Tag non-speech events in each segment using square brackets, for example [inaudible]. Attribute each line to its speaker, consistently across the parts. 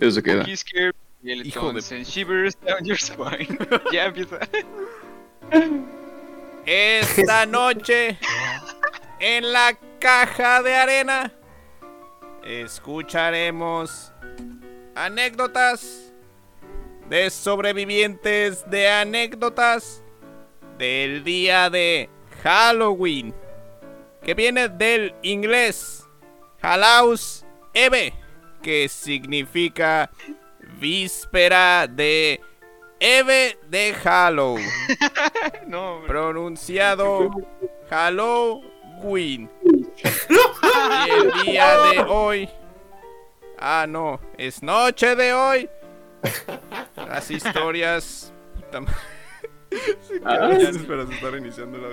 Speaker 1: Eso queda.
Speaker 2: Cookie Scare. Y el
Speaker 3: Hijo de-
Speaker 2: entonces shivers down your spine. [laughs] ya empieza.
Speaker 3: Esta noche, en la caja de arena, escucharemos anécdotas de sobrevivientes de anécdotas del día de Halloween, que viene del inglés Halaus Eve, que significa víspera de Eve de Halloween
Speaker 2: No, hombre.
Speaker 3: pronunciado Halloween. y el día de hoy. Ah, no, es noche de hoy. Las historias. puta ma- Se quedan
Speaker 1: Ah.
Speaker 3: llenas, pero se está reiniciando la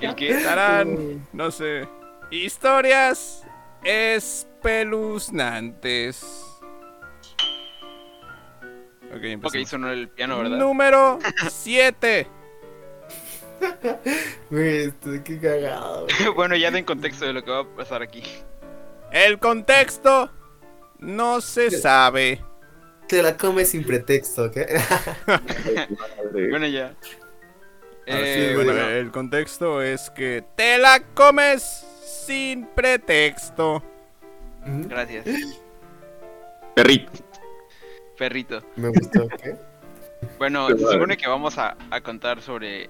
Speaker 2: ¿El
Speaker 4: [laughs]
Speaker 2: qué?
Speaker 3: Estarán, no sé. Historias espeluznantes. Ok,
Speaker 2: Ok,
Speaker 3: empecemos.
Speaker 2: sonó el piano, ¿verdad?
Speaker 3: Número 7.
Speaker 4: Güey, estoy que cagado.
Speaker 2: [laughs]
Speaker 4: güey.
Speaker 2: bueno, ya den contexto de lo que va a pasar aquí.
Speaker 3: El contexto no se sabe.
Speaker 4: Te la comes sin pretexto, ¿ok?
Speaker 2: Bueno, ya.
Speaker 3: Así
Speaker 4: Ah,
Speaker 2: Eh,
Speaker 3: es,
Speaker 2: bueno,
Speaker 3: bueno, el contexto es que te la comes sin pretexto.
Speaker 4: Ujú,
Speaker 2: gracias.
Speaker 1: Perrito.
Speaker 2: Perrito.
Speaker 4: [laughs] Me gustó, ¿ok?
Speaker 2: Bueno,
Speaker 1: Qué
Speaker 2: se
Speaker 1: padre.
Speaker 2: supone que vamos a, a contar sobre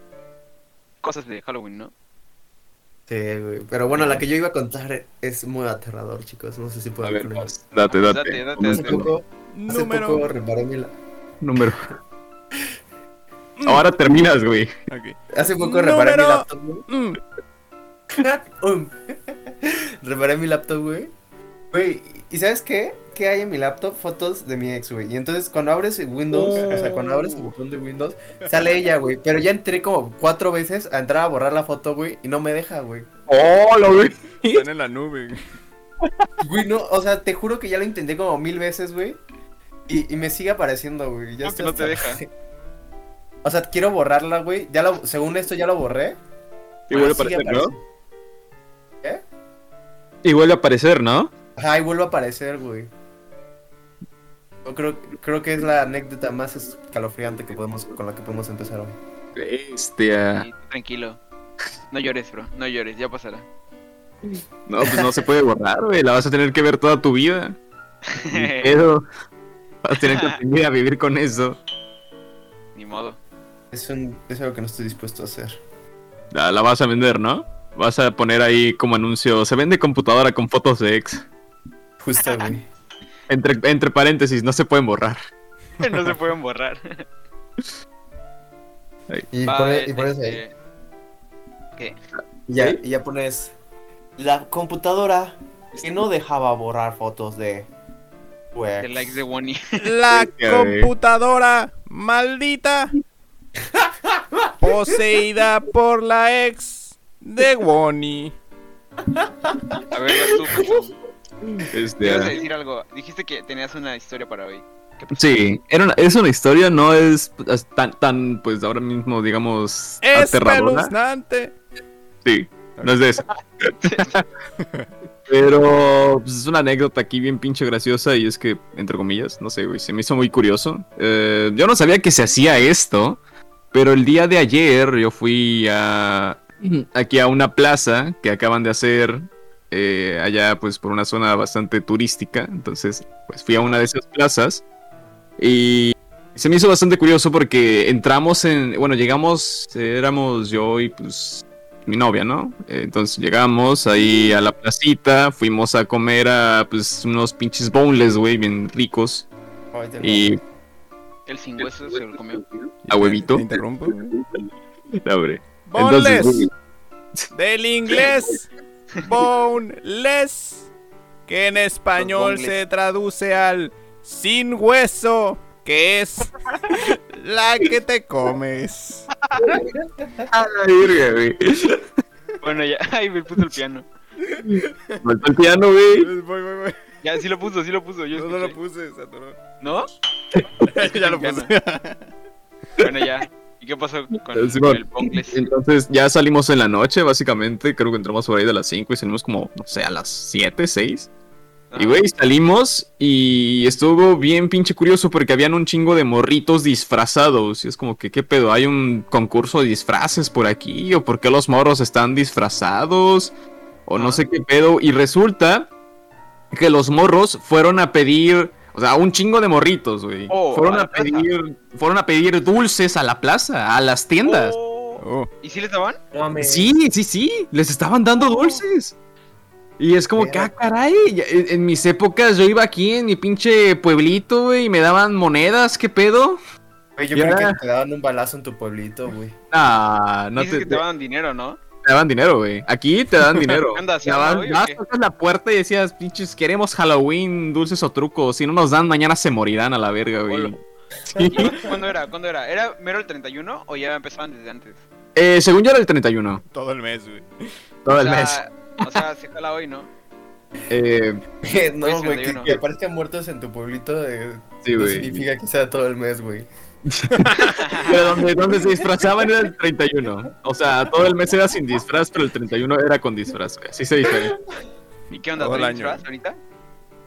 Speaker 2: cosas de Halloween, ¿no?
Speaker 4: Sí, güey. Pero bueno, la que yo iba a contar es muy aterrador, chicos. No sé si puedo
Speaker 1: A ver, pues,
Speaker 4: incluir.
Speaker 1: vas. Date, date.
Speaker 2: Date, date,
Speaker 4: Hace
Speaker 1: Vamos
Speaker 2: date.
Speaker 1: con
Speaker 4: poco, hace poco
Speaker 3: Número.
Speaker 4: reparé mi la-
Speaker 1: Número. Ahora terminas, güey.
Speaker 3: Ok.
Speaker 4: Hace poco reparé mi
Speaker 3: Número-
Speaker 4: laptop, güey. [laughs]
Speaker 3: Mm,
Speaker 4: Um. [laughs] reparé mi laptop, güey. Güey, ¿y sabes qué? ¿Qué hay en mi laptop? Fotos de mi ex, güey. Y entonces cuando abres Windows, o sea, cuando abres el botón de Windows, sale ella, güey. Pero ya entré como cuatro veces a entrar a borrar la foto, güey, y no me deja, güey.
Speaker 1: Oh, lo güey.
Speaker 3: están en
Speaker 1: [laughs]
Speaker 3: la nube.
Speaker 4: Güey, no, o sea, te juro que ya lo intenté como mil veces, güey. Y, y me sigue apareciendo, güey.
Speaker 2: ¿Cómo
Speaker 4: Ya estoy
Speaker 2: que no te
Speaker 4: hasta- [laughs] O sea, quiero borrarla, güey. Ya lo, según esto ya lo borré.
Speaker 1: Y vuelve a
Speaker 4: pero sigue
Speaker 1: aparecer, ¿no?
Speaker 4: apareciendo.
Speaker 1: Y vuelve a aparecer, ¿no?
Speaker 4: Ajá, y vuelve a aparecer, güey. Yo creo, creo que es la anécdota más escalofriante que podemos, con la que podemos empezar hoy.
Speaker 1: Bestia.
Speaker 2: Sí, tranquilo. No llores, bro. No llores, ya pasará.
Speaker 1: No, pues no se puede borrar, güey. La vas a tener que ver toda tu vida.
Speaker 2: [laughs]
Speaker 1: Ni pedo. Vas a tener que aprender a vivir con eso.
Speaker 2: Ni modo. [laughs]
Speaker 4: Es, un, es algo que no estoy dispuesto a hacer.
Speaker 1: La, la vas a vender, ¿no? Vas a poner ahí como anuncio. Se vende computadora con fotos de ex.
Speaker 4: Justo,
Speaker 2: [laughs]
Speaker 4: güey.
Speaker 1: Entre, entre paréntesis, no se pueden borrar.
Speaker 2: no se pueden borrar.
Speaker 4: Y,
Speaker 2: Va,
Speaker 4: pone-
Speaker 2: eh,
Speaker 4: y pones ahí.
Speaker 2: este, ¿Qué?
Speaker 4: Y ya, y ya pones la computadora que no dejaba borrar fotos de...
Speaker 2: The
Speaker 4: Güey.
Speaker 2: likes de Wonnie.
Speaker 3: La
Speaker 1: Ya ve.
Speaker 3: computadora maldita. Poseída por la ex de Bonnie.
Speaker 2: A ver, vas tú. pues.
Speaker 4: [laughs]
Speaker 2: Paco.
Speaker 1: Este,
Speaker 2: Ibas a decir algo. Dijiste que tenías una historia para hoy. ¿Qué pasó?
Speaker 1: Sí, era una- es una historia, no es as- tan, tan pues ahora mismo, digamos, aterradora.
Speaker 3: Espeluznante.
Speaker 1: Sí, no es de eso. [laughs] Pero pues, es una anécdota aquí bien pinche graciosa y es que, entre comillas, no sé, güey, se me hizo muy curioso. Eh, yo no sabía que se hacía esto, pero el día de ayer yo fui a, aquí a una plaza que acaban de hacer eh, allá pues por una zona bastante turística. Entonces, pues fui a una de esas plazas y se me hizo bastante curioso porque entramos en, bueno, llegamos, eh, éramos yo y pues mi novia, ¿no? Eh, Entonces llegamos ahí a la placita, fuimos a comer a pues unos pinches boneless, güey, bien ricos
Speaker 4: Ay, te-
Speaker 1: y
Speaker 2: El sin hueso se lo comió.
Speaker 1: a huevito.
Speaker 3: Te interrumpo.
Speaker 1: [laughs] La abre. Entonces,
Speaker 3: Boneless.
Speaker 1: güey,
Speaker 3: Del inglés. Boneless. Que en español
Speaker 2: boneless.
Speaker 3: se traduce al sin hueso. Que es la que te comes.
Speaker 1: a la verga, güey.
Speaker 2: Bueno, ya. [laughs] Ay, me puso el piano.
Speaker 1: Faltó el piano, güey.
Speaker 3: Voy, voy, voy.
Speaker 2: Ya, sí lo puso, sí lo puso. Yo
Speaker 3: No, no lo
Speaker 2: escuché.
Speaker 3: puse, se atoró.
Speaker 2: ¿No?
Speaker 3: [laughs] ya lo
Speaker 2: Ya
Speaker 3: puse.
Speaker 2: Bueno, ya. ¿Y qué pasó con, con
Speaker 1: Simón.
Speaker 2: el Pongles?
Speaker 1: Entonces ya salimos en la noche, básicamente. Creo que entramos por ahí de las 5 y salimos como, no sé, a las 7, 6. Y güey, salimos y estuvo bien pinche curioso porque habían un chingo de morritos disfrazados. Y es como que, ¿qué pedo? ¿Hay un concurso de disfraces por aquí? ¿O por qué los morros están disfrazados? O no sé qué pedo. Y resulta que los morros fueron a pedir. O sea, un chingo de morritos, güey.
Speaker 2: Oh,
Speaker 1: fueron
Speaker 2: a
Speaker 1: a
Speaker 2: la plaza.
Speaker 1: pedir. Fueron a pedir dulces a la plaza, a las tiendas.
Speaker 2: Oh.
Speaker 3: Oh.
Speaker 2: ¿Y si les daban?
Speaker 4: No, me-
Speaker 1: Sí,
Speaker 2: Este,
Speaker 1: sí, sí, les estaban dando dulces. Y es como que, ah,
Speaker 4: Verga.
Speaker 1: caray, ya- en, en mis épocas yo iba aquí en mi pinche pueblito, güey, y me daban monedas, ¿qué pedo?
Speaker 4: Güey, yo
Speaker 1: Ya.
Speaker 4: creo que te daban un balazo en tu pueblito, [laughs] güey.
Speaker 1: Ah, no
Speaker 2: Dices
Speaker 1: te,
Speaker 2: que te daban
Speaker 1: [laughs]
Speaker 2: dinero, ¿no?
Speaker 1: te daban dinero, güey. Aquí te
Speaker 2: [laughs]
Speaker 1: dan dinero.
Speaker 2: ¿Qué onda,
Speaker 1: te daban,
Speaker 2: hoy o
Speaker 1: vas,
Speaker 2: qué?
Speaker 1: tocas la puerta y decías, pinches, queremos Halloween, dulces o trucos. Si no nos dan, mañana se morirán a la verga, güey.
Speaker 2: Hola.
Speaker 1: Sí.
Speaker 2: ¿Cuándo era? ¿Cuándo era? ¿Era mero el 31 o ya empezaban desde antes?
Speaker 1: Eh, según yo era el 31,
Speaker 3: Todo el mes, güey.
Speaker 1: todo el
Speaker 2: o sea,
Speaker 1: mes.
Speaker 2: O sea, se jala hoy, ¿no?
Speaker 1: Eh,
Speaker 2: Hoy
Speaker 4: no,
Speaker 2: es
Speaker 4: güey, que,
Speaker 2: 31.
Speaker 4: que aparezcan muertos en tu pueblito eh,
Speaker 1: sí,
Speaker 4: no
Speaker 1: güey.
Speaker 4: significa que sea todo el mes, güey.
Speaker 1: Pero donde, donde se disfrazaban era el 31. O sea, todo el mes era sin disfraz, pero el 31 era con disfraz, güey. Así se diferencia.
Speaker 2: ¿Y qué onda?
Speaker 3: Todo el
Speaker 2: ¿Traes
Speaker 3: año.
Speaker 2: disfraz ahorita?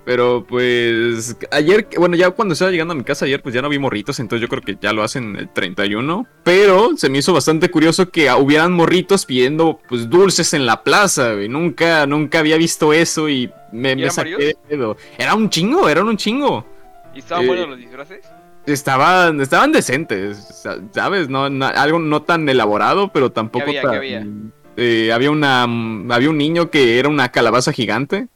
Speaker 1: Pero pues ayer, bueno, ya cuando estaba llegando a mi casa ayer, pues ya no vi morritos, entonces yo creo que ya lo hacen el 31. Pero se me hizo bastante curioso que hubieran morritos pidiendo pues dulces en la plaza, güey. Nunca, nunca había visto eso y me,
Speaker 2: ¿Y
Speaker 1: me
Speaker 2: eran
Speaker 1: saqué
Speaker 2: varios?
Speaker 1: de pedo. Era un chingo, eran un chingo.
Speaker 2: ¿Y estaban
Speaker 1: Eh,
Speaker 2: buenos los disfraces?
Speaker 1: Estaban, estaban decentes, sa- ¿sabes? No, na- algo no tan elaborado, pero tampoco
Speaker 2: había? ¿Qué
Speaker 1: tan-
Speaker 2: había?
Speaker 1: Eh, había una mm, había un niño que era una calabaza gigante.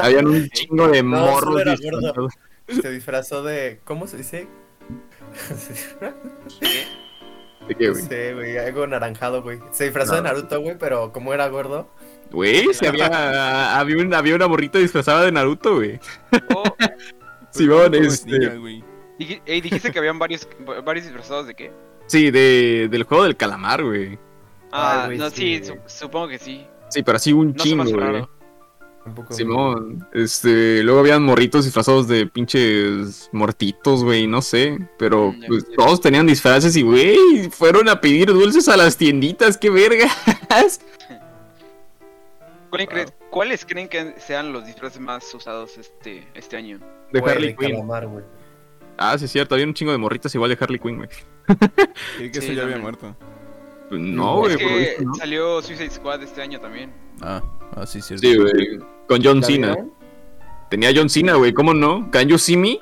Speaker 1: Habían un chingo de
Speaker 4: No,
Speaker 1: morros
Speaker 4: solo era
Speaker 1: disfrazados.
Speaker 4: Se disfrazó de. ¿Cómo se dice?
Speaker 1: ¿De qué,
Speaker 4: No
Speaker 1: güey?
Speaker 4: sé, güey, algo naranjado, güey. Se disfrazó de
Speaker 1: No.
Speaker 4: Naruto, güey, pero como era gordo.
Speaker 1: Güey, si había, había, un- había una morrita disfrazada de Naruto, güey.
Speaker 2: Oh,
Speaker 1: Simón,
Speaker 3: Todo es
Speaker 1: este,
Speaker 3: niña, güey.
Speaker 2: dij- ey, dijiste que habían varios, varios disfrazados de qué?
Speaker 1: sí, de, del juego del calamar, güey.
Speaker 2: Ah,
Speaker 4: Ay, güey,
Speaker 2: no, sí,
Speaker 4: sí, güey.
Speaker 2: su- supongo que sí.
Speaker 1: Sí, pero así un
Speaker 2: No se me
Speaker 1: chingo,
Speaker 2: hace
Speaker 1: güey.
Speaker 2: raro.
Speaker 4: Tampoco.
Speaker 1: Simón, este, luego habían morritos disfrazados de pinches mortitos, güey, no sé, pero
Speaker 2: Mm, ya
Speaker 1: pues,
Speaker 2: entiendo.
Speaker 1: todos tenían disfraces y, güey, fueron a pedir dulces a las tienditas, qué vergas.
Speaker 2: ¿Cuál crees- ¿Cuáles creen que sean los disfraces más usados este, este año?
Speaker 1: De
Speaker 4: Güey,
Speaker 1: Harley
Speaker 4: de
Speaker 1: Quinn.
Speaker 4: calamar, güey.
Speaker 1: Ah, sí, es cierto, había un chingo de morritas igual de Harley Quinn, güey.
Speaker 3: Creí que
Speaker 2: Sí,
Speaker 3: eso ya había
Speaker 2: también.
Speaker 3: muerto.
Speaker 1: Pues, No, güey,
Speaker 2: es
Speaker 1: por lo
Speaker 2: que
Speaker 1: visto, ¿no?
Speaker 2: salió Suicide Squad este año también.
Speaker 3: Ah, ah, sí, cierto.
Speaker 1: Sí, güey, con John
Speaker 4: ¿La
Speaker 1: Cena.
Speaker 4: vieron?
Speaker 1: Tenía a John Cena, güey, ¿cómo no? ¿Can you see me?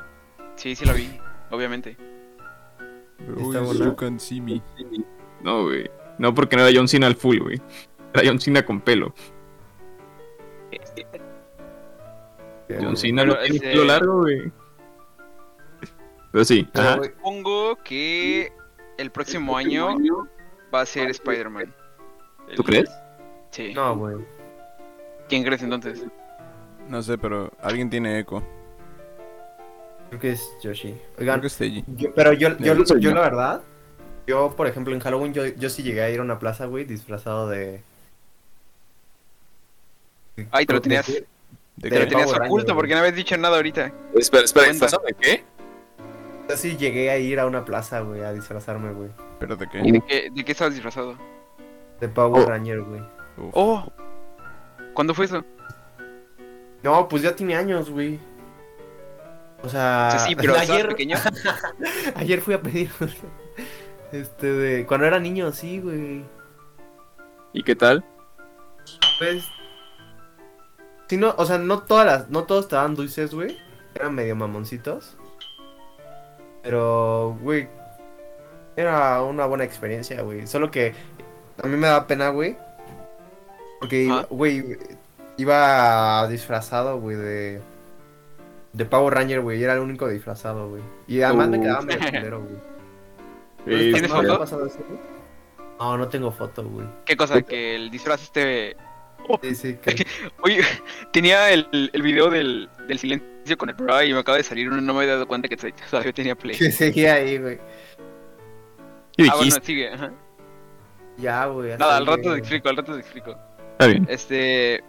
Speaker 2: Sí, sí la vi, obviamente.
Speaker 3: Bro,
Speaker 4: Está
Speaker 3: you
Speaker 4: volando.
Speaker 3: can see me.
Speaker 1: No, güey, no porque no era John Cena al full, güey. Era John Cena con pelo. John Cena no
Speaker 2: Pero
Speaker 1: tiene
Speaker 2: ese-
Speaker 1: pelo largo, güey. Pero sí,
Speaker 2: Ah,
Speaker 4: Pero,
Speaker 1: ajá.
Speaker 4: güey,
Speaker 2: Supongo que el próximo año va a ser Spider-Man.
Speaker 1: ¿Tú crees?
Speaker 2: Sí.
Speaker 4: No, güey.
Speaker 2: ¿Quién crees entonces?
Speaker 3: No sé, pero alguien tiene eco.
Speaker 4: Creo que es Yoshi.
Speaker 3: Creo
Speaker 4: Oigan,
Speaker 3: que es Teji.
Speaker 4: Yo- pero yo,
Speaker 1: Yo
Speaker 4: yo, yo,
Speaker 1: soy yo.
Speaker 4: la verdad, yo por ejemplo en Halloween yo, yo sí llegué a ir a una plaza, güey, disfrazado de...
Speaker 2: Ay, te lo tenías,
Speaker 4: de-
Speaker 3: ¿De
Speaker 4: Pero
Speaker 2: te lo
Speaker 3: qué?
Speaker 2: tenías
Speaker 4: Power
Speaker 2: oculto
Speaker 4: Ranger,
Speaker 2: porque no habías dicho nada ahorita.
Speaker 1: Espera, espera,
Speaker 2: Cuenta.
Speaker 1: ¿disfrazado de qué?
Speaker 4: Yo sí llegué a ir a una plaza, güey, a disfrazarme, güey.
Speaker 3: ¿Pero de
Speaker 2: ¿Y
Speaker 3: qué?
Speaker 2: de qué, de qué estabas disfrazado?
Speaker 4: De Power
Speaker 1: Oh.
Speaker 4: Ranger, güey.
Speaker 3: Uf.
Speaker 2: Oh, ¿cuándo fue eso?
Speaker 4: No, pues ya tiene años, güey. O sea,
Speaker 2: O sea, sí, pero estabas
Speaker 4: [laughs]
Speaker 2: [laughs]
Speaker 4: ayer,
Speaker 2: pequeño.
Speaker 4: ayer fui a pedir... [laughs] este, de... Cuando era niño, sí, güey.
Speaker 1: ¿Y qué tal?
Speaker 4: Pues. Si no, o sea, no todas las. No todos estaban dulces, güey. Eran medio mamoncitos. Pero, güey. Era una buena experiencia, güey. Solo que. A mí me daba pena, güey. Porque, iba-
Speaker 2: Ah.
Speaker 4: güey. Iba disfrazado, güey, de. De Power Ranger, güey. y Era el único disfrazado, güey. Y además me
Speaker 1: Uh.
Speaker 4: quedaba medio culero,
Speaker 2: [laughs]
Speaker 4: güey.
Speaker 1: Eh,
Speaker 2: ¿Tienes
Speaker 4: ¿No había
Speaker 2: foto?
Speaker 4: pasado eso, güey? No, no tengo foto, güey.
Speaker 2: ¿Qué cosa? Que el disfraz este... [laughs]
Speaker 4: Sí, sí, que-
Speaker 2: Oye, tenía el, el video del, del silencio con el programa y me acaba de salir uno y no me había dado cuenta que [laughs] todavía tenía play.
Speaker 4: que seguía ahí, güey.
Speaker 1: ¿Qué
Speaker 2: Ah, bueno,
Speaker 1: dijiste?
Speaker 2: sigue. ajá.
Speaker 4: Ya, güey.
Speaker 2: Nada,
Speaker 4: hasta
Speaker 2: al
Speaker 4: ahí
Speaker 2: rato te
Speaker 4: llegué.
Speaker 2: explico, al rato te explico.
Speaker 1: Está bien.
Speaker 2: Este.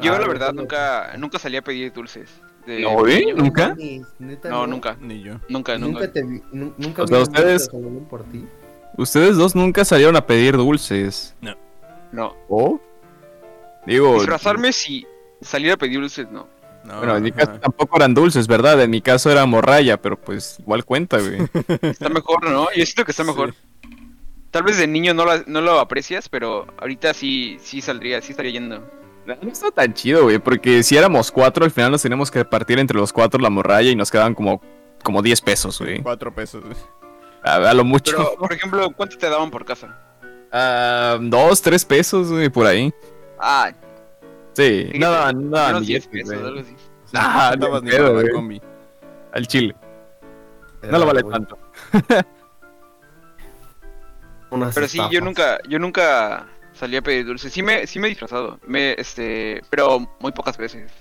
Speaker 2: Yo,
Speaker 4: Ah,
Speaker 2: la
Speaker 4: yo
Speaker 2: verdad,
Speaker 4: también.
Speaker 2: nunca, nunca salí a pedir dulces. De-
Speaker 1: No, güey,
Speaker 2: de-
Speaker 1: nunca.
Speaker 4: Ni- neta,
Speaker 2: No, nunca,
Speaker 3: Ni yo.
Speaker 2: nunca, nunca.
Speaker 4: Nunca te vi. nu- Nunca
Speaker 1: O sea,
Speaker 4: vi un
Speaker 1: ustedes-
Speaker 4: muerto solo por ti.
Speaker 1: Ustedes dos nunca salieron a pedir dulces.
Speaker 2: No.
Speaker 1: ¿O? Digo.
Speaker 2: Disfrazarme sí. salir a pedir dulces, no.
Speaker 3: No,
Speaker 1: Bueno, en mi caso
Speaker 3: ajá.
Speaker 1: tampoco eran dulces, ¿verdad? En mi caso era morralla, pero pues igual cuenta, güey.
Speaker 2: Está mejor, ¿no? Yo siento que está mejor.
Speaker 3: Sí.
Speaker 2: Tal vez de niño no, la- no lo aprecias, pero ahorita sí, sí saldría, sí estaría yendo.
Speaker 1: No está tan chido, güey, porque si éramos cuatro, al final nos teníamos que repartir entre los cuatro la morralla y nos quedaban como, como 10 pesos, güey.
Speaker 3: Cuatro pesos.
Speaker 1: A, a lo mucho.
Speaker 2: Pero, por ejemplo, ¿cuánto te daban por casa?
Speaker 1: [laughs] Ah, dos, tres pesos, güey, por ahí.
Speaker 2: Ah,
Speaker 1: Sí,
Speaker 2: fíjate,
Speaker 1: nada,
Speaker 4: Ah,
Speaker 1: nada,
Speaker 2: unos 10
Speaker 1: billetes,
Speaker 2: pesos,
Speaker 1: güey.
Speaker 2: algo así.
Speaker 1: Ah,
Speaker 3: [laughs] no estabas
Speaker 1: ni
Speaker 3: ni para
Speaker 1: pedo,
Speaker 3: la
Speaker 1: güey.
Speaker 3: combi.
Speaker 1: Al chile. No lo vale
Speaker 4: Era,
Speaker 1: tanto.
Speaker 4: unas
Speaker 2: Pero sí, yo
Speaker 4: estafas.
Speaker 2: nunca, yo nunca salí a pedir dulces. Sí me, sí me he disfrazado, me, este, pero muy pocas veces.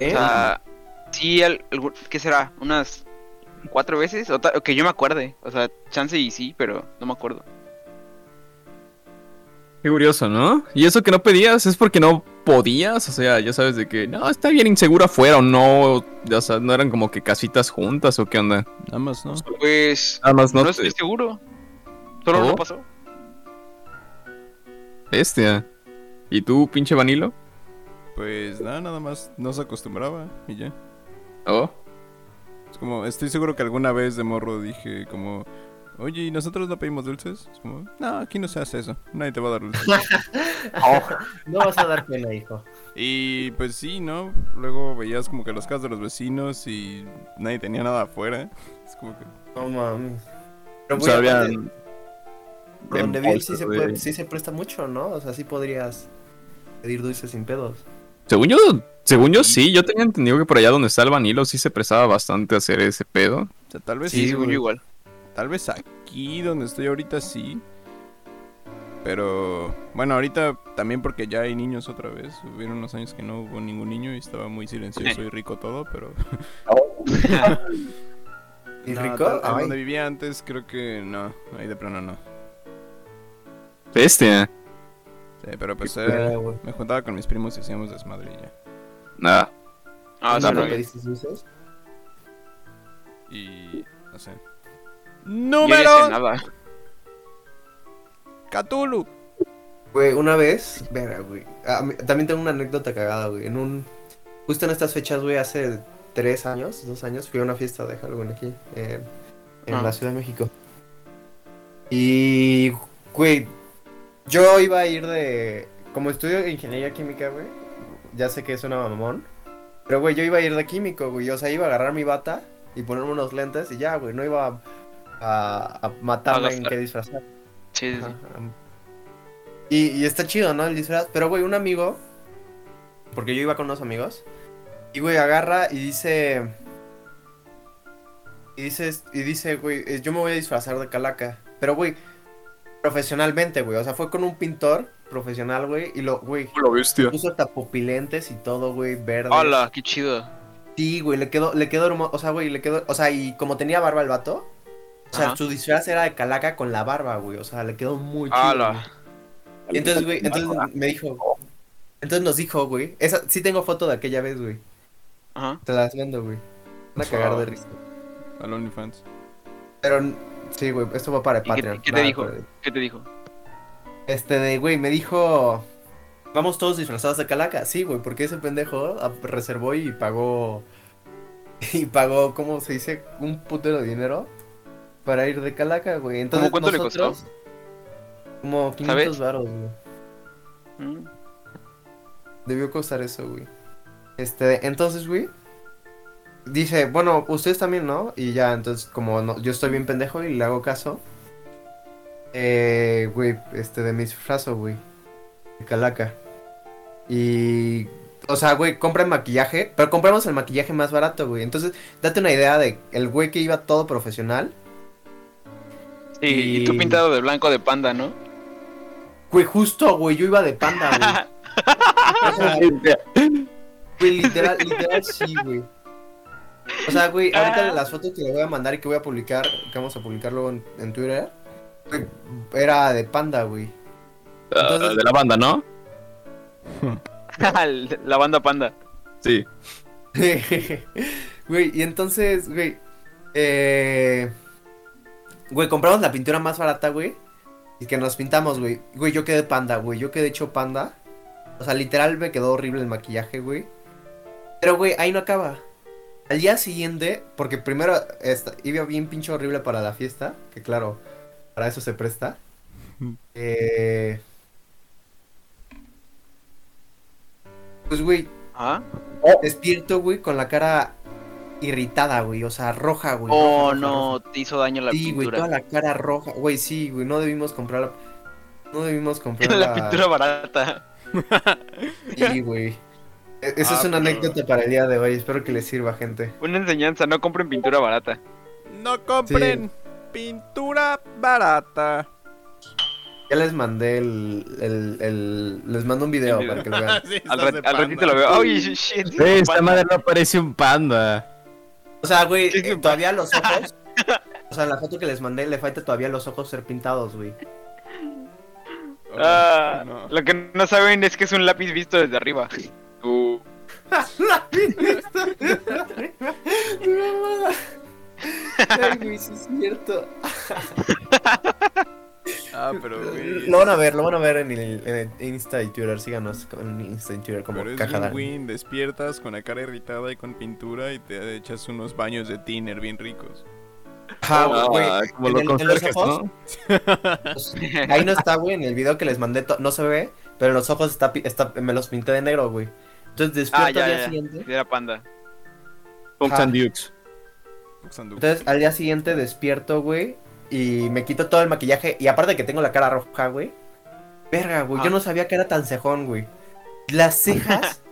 Speaker 4: ¿Eh?
Speaker 2: O sea, sí, al- algún- ¿qué será? ¿Unas cuatro veces? O, ta- o que yo me acuerde. O sea, chance y sí, pero no me acuerdo.
Speaker 1: Qué curioso, ¿no? Y eso que no pedías es porque no podías, o sea, ya sabes de que, no, está bien inseguro afuera o no, o sea, no eran como que casitas juntas o qué onda.
Speaker 3: Nada más, ¿no?
Speaker 2: Pues,
Speaker 1: Nada más
Speaker 2: no,
Speaker 1: no, te-
Speaker 2: estoy seguro. Solo
Speaker 1: ¿Oh?
Speaker 2: no pasó.
Speaker 1: bestia. ¿Y tú, pinche Vanilo?
Speaker 3: Pues nada, nada más. No se acostumbraba y ya.
Speaker 1: Oh.
Speaker 3: Es como, estoy seguro que alguna vez de morro dije como, oye, ¿y nosotros no pedimos dulces? Es como, no, aquí no se hace eso, nadie te va a dar dulces.
Speaker 1: [laughs]
Speaker 4: No vas a dar pena, hijo.
Speaker 3: y pues sí, ¿no? Luego veías como que las casas de los vecinos y nadie tenía nada afuera. Es como que...
Speaker 4: No mames. Pero
Speaker 1: O
Speaker 4: güey,
Speaker 1: sea,
Speaker 4: aparte,
Speaker 1: habían-
Speaker 4: por donde
Speaker 1: en
Speaker 4: vi él sí se,
Speaker 1: bolsas,
Speaker 4: puede-
Speaker 1: güey.
Speaker 4: sí se presta mucho, ¿no? O sea, sí podrías pedir dulces sin pedos.
Speaker 1: Según yo, según yo sí, yo tenía entendido que por allá donde está el Vanilo sí se prestaba bastante a hacer ese pedo.
Speaker 3: O sea, tal vez,
Speaker 2: Sí, según yo
Speaker 4: [laughs]
Speaker 2: igual.
Speaker 3: tal vez aquí donde estoy ahorita sí. Pero bueno, ahorita también porque ya hay niños otra vez. Hubieron unos años que no hubo ningún niño y estaba muy
Speaker 2: Eh.
Speaker 3: silencioso y rico todo, pero... [laughs]
Speaker 4: ¿Y
Speaker 3: No,
Speaker 4: rico?
Speaker 3: tal-
Speaker 4: Ay.
Speaker 3: donde vivía antes creo que no, ahí de plano no.
Speaker 1: Bestia.
Speaker 3: Sí, pero pues
Speaker 4: Qué
Speaker 3: eh,
Speaker 4: pena, güey.
Speaker 3: me juntaba con mis primos y hacíamos desmadre y ya.
Speaker 1: Nada.
Speaker 2: Ah,
Speaker 4: ¿No
Speaker 2: sí,
Speaker 1: no,
Speaker 4: no
Speaker 2: no,
Speaker 1: pero-
Speaker 4: pediste dulces?
Speaker 3: Y no sé.
Speaker 2: Yo no hice
Speaker 3: Número
Speaker 2: nada.
Speaker 3: Catulu.
Speaker 4: Güey, una vez, verga, güey. a mí- también tengo una anécdota cagada, güey. En un. Justo en estas fechas, güey, hace tres años, dos años, fui a una fiesta de Halloween aquí, en, en
Speaker 2: Ah.
Speaker 4: la Ciudad de México. Y, güey, yo iba a ir de. Como estudio ingeniería química, güey, ya sé que es una mamón. Pero, güey, yo iba a ir de químico, güey. O sea, iba a agarrar mi bata y ponerme unos lentes y ya, güey. No iba a, a, a matarme en
Speaker 2: gastar.
Speaker 4: qué disfrazar.
Speaker 2: Sí, sí, sí.
Speaker 4: Ajá. Y, y está chido, ¿no? El disfraz. Pero, güey, un amigo. Porque yo iba con unos amigos. Y, güey, agarra y dice. Y dice, y dice, güey, eh, yo me voy a disfrazar de calaca. Pero, güey, profesionalmente, güey. O sea, fue con un pintor profesional, güey. Y lo, güey,
Speaker 1: Lo bestia.
Speaker 4: puso tapopilentes y todo, güey, verde.
Speaker 2: Hola, qué chido.
Speaker 4: Sí, güey, le quedó, le quedó hermoso. O sea, güey, le quedó. O sea, y como tenía barba el vato. O sea,
Speaker 2: Ajá.
Speaker 4: su disfraz era de calaca con la barba, güey. O sea, le quedó muy chido. güey.
Speaker 2: Hola.
Speaker 4: Y entonces, güey, entonces me dijo. Entonces nos dijo, güey. Esa, sí tengo foto de aquella vez, güey.
Speaker 2: Ajá.
Speaker 4: Te las mando, güey. Van a cagar de risa.
Speaker 3: Al OnlyFans.
Speaker 4: Pero n- sí, güey, esto va para
Speaker 2: ¿Y qué-
Speaker 4: Patreon.
Speaker 2: qué te
Speaker 4: Nada,
Speaker 2: dijo?
Speaker 4: ah, pero-
Speaker 2: ¿Qué te dijo?
Speaker 4: Este de, güey, me dijo. Vamos todos disfrazados de calaca. Sí, güey, porque ese pendejo ah, reservó y pagó. [laughs] Y pagó, ¿cómo se dice? Un putero de dinero para ir de calaca, güey. Entonces,
Speaker 2: cuánto le costó?
Speaker 4: nosotros, Como 500
Speaker 2: ¿Sabes?
Speaker 4: varos, güey.
Speaker 2: Mm.
Speaker 4: Debió costar eso, güey. Este, entonces, güey. Dice, bueno, ustedes también, ¿no? Y ya, entonces, como no- yo estoy bien pendejo y le hago caso. Eh, güey, este, de mi disfrazo, güey. De calaca. Y. O sea, güey, compra el maquillaje. Pero compramos el maquillaje más barato, güey. Entonces, date una idea de el güey que iba todo profesional.
Speaker 2: Sí, y... tú
Speaker 4: Y-
Speaker 2: pintado de blanco de panda, ¿no?
Speaker 4: Güey, justo, güey, yo iba de panda, güey. O sea, Güey, literal, literal sí, güey. O sea, güey, ahorita las fotos que le voy a mandar y que voy a publicar, que vamos a publicar luego en, en Twitter, güey, era de panda, güey. Entonces-
Speaker 1: de la banda, ¿no?
Speaker 2: [laughs] La banda panda.
Speaker 1: Sí.
Speaker 4: [laughs] güey, y entonces, güey, eh, güey, compramos la pintura más barata, güey, y que nos pintamos, güey. Güey, yo quedé panda, güey, yo quedé hecho panda. O sea, literal me quedó horrible el maquillaje, güey. Pero, güey, ahí no acaba. Al día siguiente, porque primero esta- iba bien pinche horrible para la fiesta, que claro, para eso se presta. Eh, Pues, güey,
Speaker 2: ¿Ah?
Speaker 4: despierto, güey, con la cara irritada, güey, o sea, roja, güey.
Speaker 2: Oh,
Speaker 4: roja, roja, roja.
Speaker 2: no, te hizo daño la
Speaker 4: Sí, güey,
Speaker 2: pintura.
Speaker 4: toda la cara roja. Güey, sí, güey, no debimos comprar. No debimos comprar.
Speaker 2: [laughs] [laughs] la pintura barata.
Speaker 4: [laughs] Sí, güey. E- Esa
Speaker 3: Ah,
Speaker 4: es una
Speaker 3: pero-
Speaker 4: anécdota para el día de hoy. Espero que les sirva, gente.
Speaker 2: Una enseñanza, no compren pintura barata.
Speaker 3: No compren pintura barata. [laughs]
Speaker 4: Ya les mandé el. el, el- les mando un video
Speaker 2: El video.
Speaker 4: para que lo vean.
Speaker 3: Sí,
Speaker 2: Al,
Speaker 3: estás
Speaker 2: rat-
Speaker 3: de
Speaker 2: al
Speaker 3: panda.
Speaker 2: ratito lo veo. Ay, shit.
Speaker 1: Eh, esta madre no parece un panda.
Speaker 4: O
Speaker 2: [laughs]
Speaker 4: sea, güey,
Speaker 2: ¿Qué
Speaker 4: eh, todavía los
Speaker 2: pues. [laughs]
Speaker 4: ojos. O sea, en la foto que les mandé le falta todavía los ojos ser pintados, güey.
Speaker 3: Ok,
Speaker 2: Ah,
Speaker 3: no.
Speaker 2: Lo que no saben es que es un lápiz visto desde arriba. [laughs] Uh,
Speaker 4: Ay, güey, sí es cierto.
Speaker 3: Ah,
Speaker 4: [laughs]
Speaker 3: pero güey.
Speaker 4: Lo van a ver, lo van a ver en el, en el Insta y Twitter. Síganos en Insta y Twitter como
Speaker 3: Pero es
Speaker 4: Caja
Speaker 3: win,
Speaker 4: Dan.
Speaker 3: win, despiertas con la cara irritada y con pintura y te echas unos baños de tiner bien ricos.
Speaker 4: Ajá, güey.
Speaker 1: Ah, como
Speaker 4: en
Speaker 1: lo
Speaker 4: el- en los
Speaker 1: conserjes,
Speaker 4: ojos,
Speaker 1: ¿no?
Speaker 4: Pues, Ahí no está, güey, en el video que les mandé, to- no se ve, pero en los ojos está, pi- está- me los pinté de negro, güey. Entonces despierto
Speaker 2: Ah, ya,
Speaker 4: al día
Speaker 2: ya.
Speaker 4: siguiente.
Speaker 2: de la panda.
Speaker 1: Pops
Speaker 4: Ajá.
Speaker 1: and Dukes.
Speaker 3: Oxandu. [laughs]
Speaker 4: Entonces al día siguiente despierto, güey, y me quito todo el maquillaje. Y aparte que tengo la cara roja, güey. Verga, güey, yo
Speaker 2: Ah.
Speaker 4: no sabía que era tan cejón, güey. Las
Speaker 2: [laughs]
Speaker 4: cejas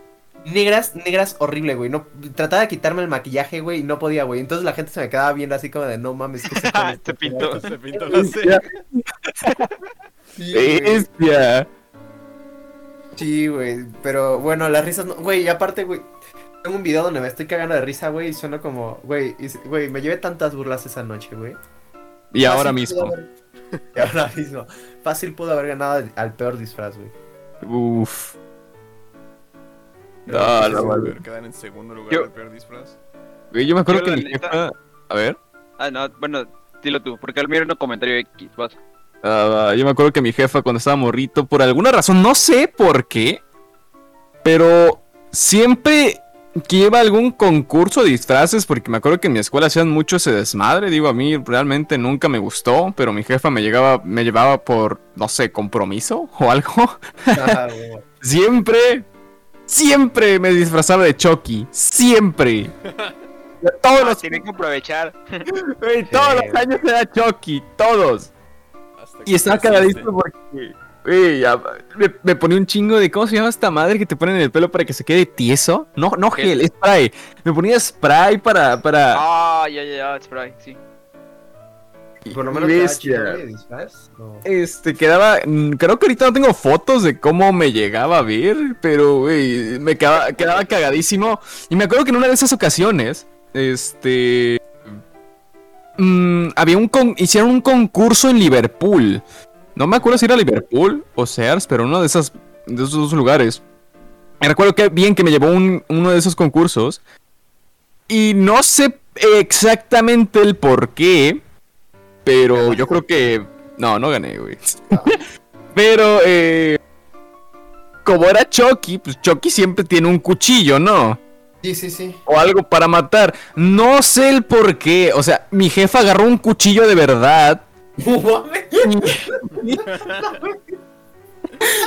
Speaker 4: negras, negras, horrible, güey. No, trataba de quitarme el maquillaje, güey, y no podía, güey. Entonces la gente se me quedaba viendo así como de, no mames, ¿qué
Speaker 2: [laughs] Ah,
Speaker 4: cejones
Speaker 2: se
Speaker 4: tan
Speaker 2: pintó.
Speaker 4: feos".
Speaker 3: Se pintó
Speaker 4: [laughs]
Speaker 1: [laughs]
Speaker 3: la ceja.
Speaker 4: Sí, güey.
Speaker 1: Bestia.
Speaker 4: Sí, güey, pero bueno, las risas no, güey, y aparte, güey, tengo un video donde me estoy cagando de risa, güey, y suena como, güey, y s- güey, me llevé tantas burlas esa noche, güey.
Speaker 1: Y ahora
Speaker 4: Fácil pudo
Speaker 1: mismo.
Speaker 4: haber- [laughs] Y ahora mismo. Fácil pudo haber ganado al- al peor disfraz,
Speaker 1: [laughs]
Speaker 4: güey.
Speaker 1: Uf.
Speaker 3: Pero
Speaker 1: Ah,
Speaker 3: no
Speaker 1: la
Speaker 3: sé si
Speaker 1: madre.
Speaker 3: volver a quedar en segundo lugar
Speaker 2: Yo-
Speaker 3: del peor disfraz.
Speaker 1: Güey, yo me acuerdo
Speaker 2: Yo,
Speaker 1: que
Speaker 2: la
Speaker 1: mi
Speaker 2: neta-
Speaker 1: jefa- A ver.
Speaker 2: Ah, no, bueno, dilo tú, porque al mío era un comentario X, vas.
Speaker 1: Ah, yo me acuerdo que mi jefa cuando estaba morrito, por alguna razón, no sé por qué, pero siempre que iba a algún concurso de disfraces, porque me acuerdo que en mi escuela hacían mucho ese desmadre, digo, a mí realmente nunca me gustó, pero mi jefa me llegaba, me llevaba por, no sé, compromiso o algo. [laughs]
Speaker 4: Ah, güey.
Speaker 1: Siempre, siempre me disfrazaba de Chucky,
Speaker 2: [laughs]
Speaker 1: siempre. De Todos
Speaker 2: Ah,
Speaker 1: los,
Speaker 2: tienen que aprovechar.
Speaker 1: güey, todos los años era Chucky, todos.
Speaker 3: Hasta
Speaker 1: Y estaba
Speaker 3: creciste.
Speaker 1: cagadísimo porque. güey, ya- me, me ponía un chingo de. ¿Cómo se llama esta madre que te ponen en el pelo para que se quede tieso? No, no
Speaker 2: Gel.
Speaker 1: gel, spray. Me ponía spray para. para
Speaker 2: Ah, ya, ya, ya, spray, sí.
Speaker 4: Por lo menos quedaba
Speaker 1: Bestia.
Speaker 4: chido, güey, de disfraz. No.
Speaker 1: Este, quedaba. mm, Creo que ahorita no tengo fotos de cómo me llegaba a ver, pero, güey, me quedaba, quedaba cagadísimo. Y me acuerdo que en una de esas ocasiones, este. mm, había un. con- hicieron un concurso en Liverpool. No me acuerdo si era Liverpool o Sears, pero uno de, esas, de esos dos lugares. Me recuerdo que bien que me llevó un- uno de esos concursos. Y no sé exactamente el por qué. Pero yo creo que. No, no gané, güey. [laughs] pero, eh, Como era Chucky, pues Chucky siempre tiene un cuchillo, ¿no?
Speaker 4: Sí, sí, sí.
Speaker 1: O algo para matar. No sé el por qué. O sea, mi jefa agarró un cuchillo de verdad.
Speaker 4: [laughs] No mames. [laughs]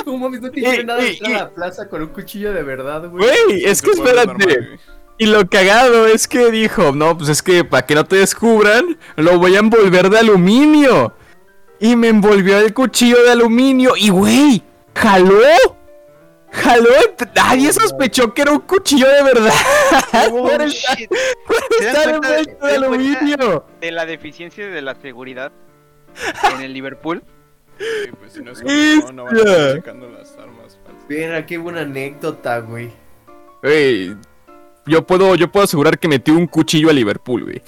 Speaker 4: No mames, no
Speaker 1: Y-
Speaker 4: tiene nada de
Speaker 1: y-
Speaker 4: entrar a la plaza con un cuchillo de verdad, güey.
Speaker 1: Güey, es
Speaker 3: Tu
Speaker 1: que
Speaker 3: pueblo normal,
Speaker 1: espérate.
Speaker 3: güey.
Speaker 1: Y lo cagado es que dijo, no, pues es que para que no te descubran, lo voy a envolver de aluminio. Y me envolvió el cuchillo de aluminio y, güey, jaló. Jaló, nadie sospechó que era un cuchillo de verdad. Por [laughs]
Speaker 2: Oh,
Speaker 1: el-
Speaker 2: shit.
Speaker 1: por
Speaker 2: ¿Se dan
Speaker 1: estar
Speaker 2: cuenta de-
Speaker 1: envuelto de
Speaker 2: se dan cuenta?
Speaker 1: aluminio.
Speaker 2: De la deficiencia de la seguridad en el Liverpool.
Speaker 3: Sí, pues, si no es Comic-Con, no van a estar checando las armas falsas.
Speaker 4: Verga, qué buena anécdota, güey.
Speaker 1: Güey, yo puedo, yo puedo asegurar que metí un cuchillo a Liverpool, güey.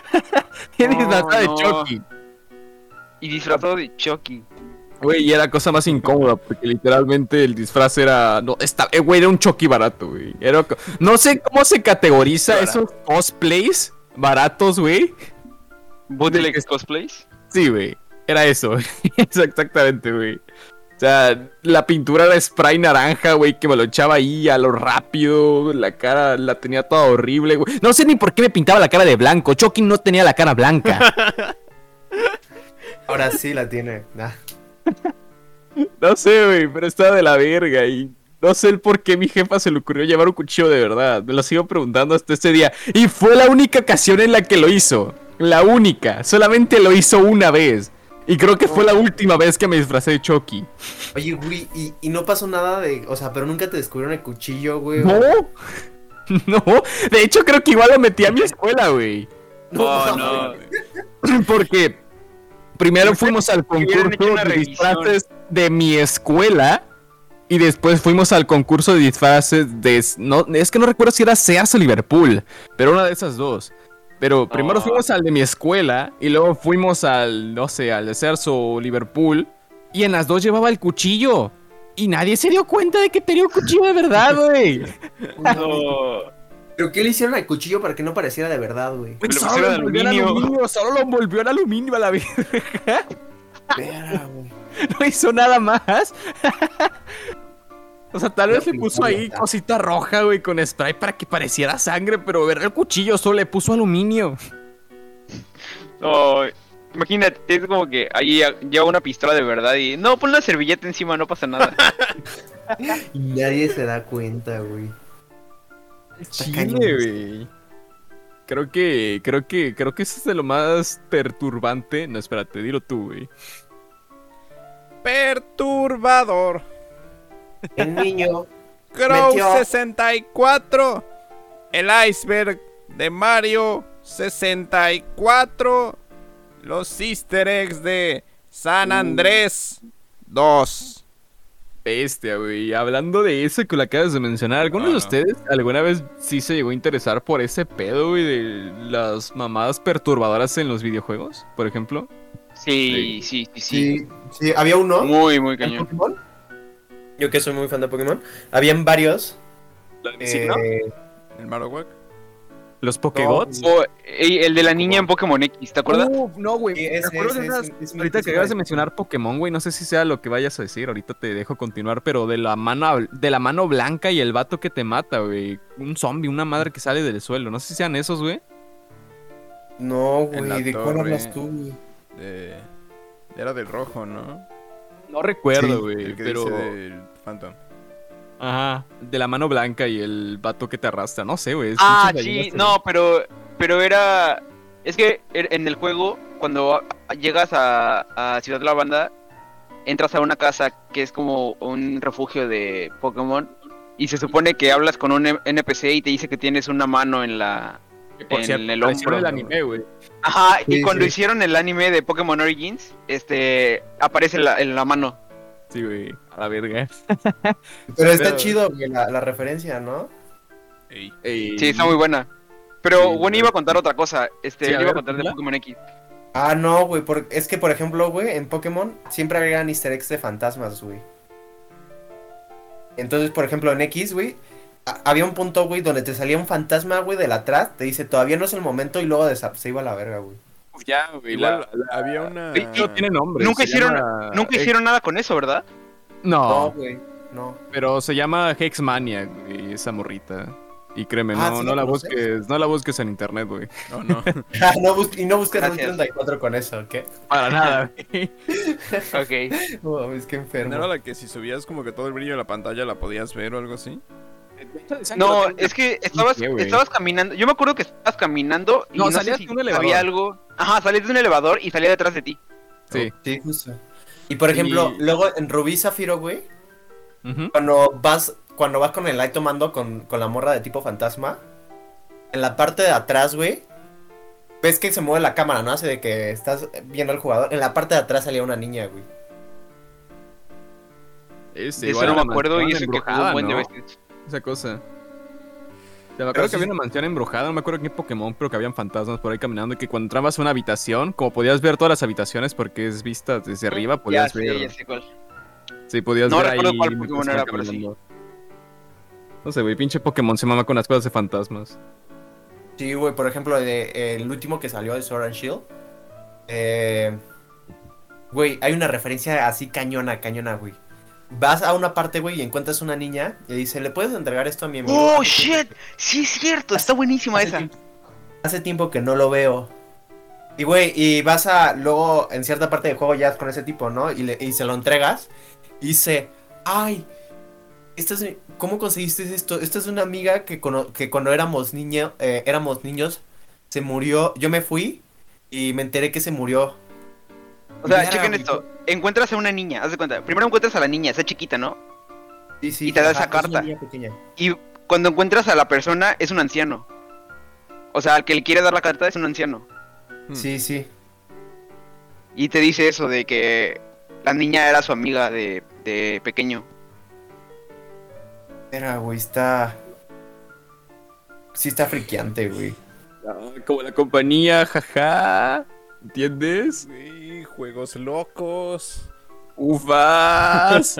Speaker 1: [laughs] Qué
Speaker 2: No,
Speaker 1: disfrazado de
Speaker 2: no.
Speaker 1: Chucky.
Speaker 2: Y disfrazado de Chucky.
Speaker 1: Güey, y era cosa más incómoda, porque literalmente el disfraz era. No, esta, eh, güey, era un choque barato, güey. Era co- No sé cómo se categoriza
Speaker 3: Barato.
Speaker 1: esos cosplays baratos, güey.
Speaker 2: Bootleg cosplays.
Speaker 1: [laughs] Sí, güey. Era eso. eso exactamente, güey. O sea, la pintura era spray naranja, güey, que me lo echaba ahí a lo rápido. La cara la tenía toda horrible, güey. No sé ni por qué me pintaba la cara de blanco. Chucky no tenía la cara blanca.
Speaker 4: Ahora sí la tiene. Nah.
Speaker 1: No sé, güey, pero estaba de la verga y no sé el por qué mi jefa se le ocurrió llevar un cuchillo de verdad. Me lo sigo preguntando hasta este día. Y fue la única ocasión en la que lo hizo. La única. Solamente lo hizo una vez. Y creo que fue la última vez que me disfracé de Chucky.
Speaker 4: Oye, güey, y, y no pasó nada de. O sea, pero nunca te descubrieron el cuchillo, güey. [laughs]
Speaker 1: ¿No? [laughs] No. De hecho, creo que igual lo metí a mi escuela, güey. Oh,
Speaker 2: No, no.
Speaker 1: [laughs] Porque primero fuimos al
Speaker 2: hubieran hecho
Speaker 1: concurso
Speaker 2: una
Speaker 1: de
Speaker 2: revisión.
Speaker 1: disfraces de mi escuela. Y después fuimos al concurso de disfraces de... No, es que no recuerdo si era Seas o Liverpool, pero una de esas dos. Pero primero
Speaker 2: Oh.
Speaker 1: fuimos al de mi escuela y luego fuimos al, no sé, al de Sears o Liverpool. Y en las dos llevaba el cuchillo. Y nadie se dio cuenta de que tenía un cuchillo de
Speaker 2: [laughs]
Speaker 1: verdad, güey.
Speaker 2: No.
Speaker 4: ¿Pero qué le hicieron al cuchillo para que no pareciera de verdad, güey?
Speaker 1: Güey,
Speaker 2: Lo
Speaker 1: solo
Speaker 2: pusieron
Speaker 1: lo envolvió
Speaker 2: de
Speaker 1: en
Speaker 2: aluminio.
Speaker 1: aluminio, solo lo envolvió en aluminio a la vez.
Speaker 4: Verga, güey.
Speaker 1: [laughs] No hizo nada más. [laughs] O sea, tal
Speaker 4: La
Speaker 1: vez le puso
Speaker 4: pintura,
Speaker 1: ahí
Speaker 4: ya.
Speaker 1: cosita roja, güey, con spray para que pareciera sangre, pero ver el cuchillo solo le puso aluminio.
Speaker 2: No, imagínate, es como que ahí lleva una pistola de verdad y no, pon una servilleta encima, no pasa [laughs] nada.
Speaker 4: Y nadie se da cuenta, güey. cañón.
Speaker 1: Chile, güey. Creo que, creo que, creo que eso es de lo más perturbante. No, espérate, dilo tú, güey.
Speaker 3: Perturbador.
Speaker 4: El niño.
Speaker 3: Crow
Speaker 4: Metió.
Speaker 3: 64. El iceberg de Mario 64. Los easter eggs de San Andrés 2.
Speaker 1: Bestia, güey. Hablando de eso que lo acabas de mencionar, ¿alguno de
Speaker 3: Ah.
Speaker 1: ustedes alguna vez sí se llegó a interesar por ese pedo, güey, de las mamadas perturbadoras en los videojuegos, por ejemplo?
Speaker 2: Sí, sí, sí, sí.
Speaker 4: Sí, sí, había uno.
Speaker 2: Muy, muy
Speaker 4: ¿En
Speaker 2: cañón.
Speaker 4: Pokémon? Yo que soy muy fan de Pokémon. Habían varios. eh,
Speaker 3: El Marowak.
Speaker 1: ¿Los Pokébots?
Speaker 2: O, ey, el de la niña en Pokémon X, ¿te acuerdas?
Speaker 1: Uh, no, güey.
Speaker 4: Sí,
Speaker 1: ¿Te
Speaker 4: ese,
Speaker 1: acuerdas
Speaker 4: ese,
Speaker 1: de
Speaker 4: ese,
Speaker 1: esas-
Speaker 4: ese, ese,
Speaker 1: Ahorita
Speaker 4: ese,
Speaker 1: que acabas
Speaker 4: ese.
Speaker 1: de mencionar Pokémon, güey, no sé si sea lo que vayas a decir. Ahorita te dejo continuar, pero de la mano, de la mano blanca y el vato que te mata, güey. Un zombie, una madre que sale del suelo. No sé si sean esos, güey.
Speaker 4: No,
Speaker 3: En la
Speaker 4: güey, ¿de cuál
Speaker 3: torre.
Speaker 4: hablas tú, güey?
Speaker 3: De- Era del rojo, ¿no?
Speaker 1: No recuerdo,
Speaker 4: Sí,
Speaker 1: güey.
Speaker 3: El que
Speaker 1: pero.
Speaker 3: dice del Phantom.
Speaker 1: Ajá. De la mano blanca y el vato que te arrastra. No sé, güey. es
Speaker 2: Ah,
Speaker 1: pinches
Speaker 2: sí,
Speaker 1: gallinas,
Speaker 2: no, pero, pero era... Es que er- en el juego, cuando a- llegas a, a Ciudad de la Banda, entras a una casa que es como un refugio de Pokémon y se supone que hablas con un NPC y te dice que tienes una mano en la...
Speaker 1: que Por
Speaker 2: en
Speaker 1: cierto,
Speaker 2: el
Speaker 1: aparecieron en
Speaker 2: hombro.
Speaker 1: el anime, güey.
Speaker 2: Ajá, y
Speaker 4: Sí,
Speaker 2: cuando
Speaker 4: sí.
Speaker 2: hicieron el anime de Pokémon Origins, este, aparece en la, en la mano.
Speaker 1: Sí, güey. A la verga.
Speaker 4: Pero está
Speaker 1: Pero-
Speaker 4: chido, güey, la, la referencia, ¿no?
Speaker 3: Ey.
Speaker 1: Ey,
Speaker 2: Sí, está muy buena. Pero
Speaker 1: Sí,
Speaker 2: bueno,
Speaker 1: güey.
Speaker 2: iba a contar otra cosa. Este,
Speaker 1: Sí, a
Speaker 2: yo iba a
Speaker 1: ver,
Speaker 2: contar de
Speaker 1: ¿la?
Speaker 2: Pokémon X.
Speaker 4: Ah, no, güey, por- es que, por ejemplo, güey, en Pokémon siempre agregan easter eggs de fantasmas, güey. Entonces, por ejemplo, en X, güey, a- había un punto, güey, donde te salía un fantasma, güey, del atrás, te dice, todavía no es el momento, y luego desa- se iba a la verga, güey.
Speaker 1: Ya, güey. la-
Speaker 3: Igual había una.
Speaker 1: De hecho, tiene nombre.
Speaker 2: Nunca
Speaker 1: se
Speaker 2: hicieron-
Speaker 1: llama-
Speaker 2: Nunca
Speaker 1: Eh,
Speaker 2: hicieron nada con eso, ¿verdad?
Speaker 1: No.
Speaker 4: No, güey, no.
Speaker 1: Pero se llama Hexmania, güey, esa morrita. Y créeme,
Speaker 4: Ah,
Speaker 1: no,
Speaker 4: ¿sí
Speaker 1: no
Speaker 4: la
Speaker 1: la
Speaker 4: conoces?
Speaker 1: busques, no la busques en internet, güey.
Speaker 3: No, [laughs] no.
Speaker 4: Ah, [laughs] no bus- y no busques un
Speaker 2: Gracias.
Speaker 4: 34 con eso, [laughs] ¿ok?
Speaker 1: Para [laughs] nada, güey.
Speaker 2: [laughs] Ok.
Speaker 4: No, Oh, es que enfermo.
Speaker 3: ¿No era la que si subías como que todo el brillo de la pantalla la podías ver o algo así?
Speaker 2: No, es que estabas,
Speaker 1: qué, güey?
Speaker 2: estabas caminando. Yo me acuerdo que estabas caminando y
Speaker 1: No,
Speaker 2: no, sé
Speaker 1: salías
Speaker 2: si
Speaker 1: de un elevador.
Speaker 2: había algo. Ajá, salías de un elevador y salía detrás de ti.
Speaker 1: Sí.
Speaker 4: Sí, justo. Y, por ejemplo,
Speaker 1: Y-
Speaker 4: luego en Rubí Zafiro, güey,
Speaker 1: Ujú.
Speaker 4: cuando vas cuando vas con el light tomando con, con la morra de tipo fantasma en la parte de atrás güey ves que se mueve la cámara no hace de que estás viendo al jugador en la parte de atrás salía una niña güey
Speaker 1: Este,
Speaker 2: de eso
Speaker 1: igual
Speaker 2: no
Speaker 1: era
Speaker 2: me acuerdo y
Speaker 1: mansión
Speaker 2: eso que jugué
Speaker 1: embrujada,
Speaker 2: un buen de
Speaker 1: ¿no?
Speaker 2: veces.
Speaker 1: Esa cosa. O sea, me acuerdo
Speaker 4: sí-
Speaker 1: que había una mansión embrujada, no me acuerdo qué Pokémon, pero que habían fantasmas por ahí caminando. Y que cuando entrabas a una habitación, como podías ver todas las habitaciones porque es vista desde arriba,
Speaker 2: ya
Speaker 1: podías
Speaker 2: sé,
Speaker 1: ver.
Speaker 2: ya sé cuál.
Speaker 1: Sí, podías
Speaker 2: No
Speaker 1: ver ahí.
Speaker 2: recuerdo cuál
Speaker 1: mientras
Speaker 2: Pokémon
Speaker 1: iba
Speaker 2: era, pero sí.
Speaker 1: caminando. No sé, güey, pinche Pokémon se mama con las cosas de fantasmas.
Speaker 4: sí güey por ejemplo de- eh, el último que salió de Sword and Shield eh, güey hay una referencia así cañona cañona güey vas a una parte, güey, y encuentras una niña y dice, ¿le puedes entregar esto a mi amigo?
Speaker 2: ¡Oh,
Speaker 4: Hace
Speaker 2: shit! Sí, es cierto, está buenísima
Speaker 4: hace
Speaker 2: esa.
Speaker 4: tiempo- hace tiempo que no lo veo. Y güey, y vas a luego en cierta parte del juego ya con ese tipo, ¿no? Y, le- y se lo entregas y dice, "Ay, esta es mi- ¿cómo conseguiste esto? Esta es una amiga que cono- que cuando éramos niño eh, éramos niños se murió, yo me fui y me enteré que se murió."
Speaker 2: O sea,
Speaker 4: Mira,
Speaker 2: chequen
Speaker 4: güey.
Speaker 2: esto. Encuentras a una niña, haz de cuenta. Primero encuentras a la niña, está chiquita, ¿no?
Speaker 4: Sí, sí,
Speaker 2: Y te da esa
Speaker 4: ajá, es una
Speaker 2: carta.
Speaker 4: niña pequeña.
Speaker 2: Y cuando encuentras a la persona, es un anciano. O sea, al que le quiere dar la carta es un anciano.
Speaker 3: Hmm.
Speaker 4: Sí, sí.
Speaker 2: Y te dice eso de que la niña era su amiga de, de pequeño.
Speaker 4: Era, güey, está Sí está friqueante, güey. [laughs]
Speaker 1: Ah, como la compañía, jaja. ¿Entiendes?
Speaker 3: Sí, juegos locos.
Speaker 1: [laughs]
Speaker 3: Ah,
Speaker 1: Ufas.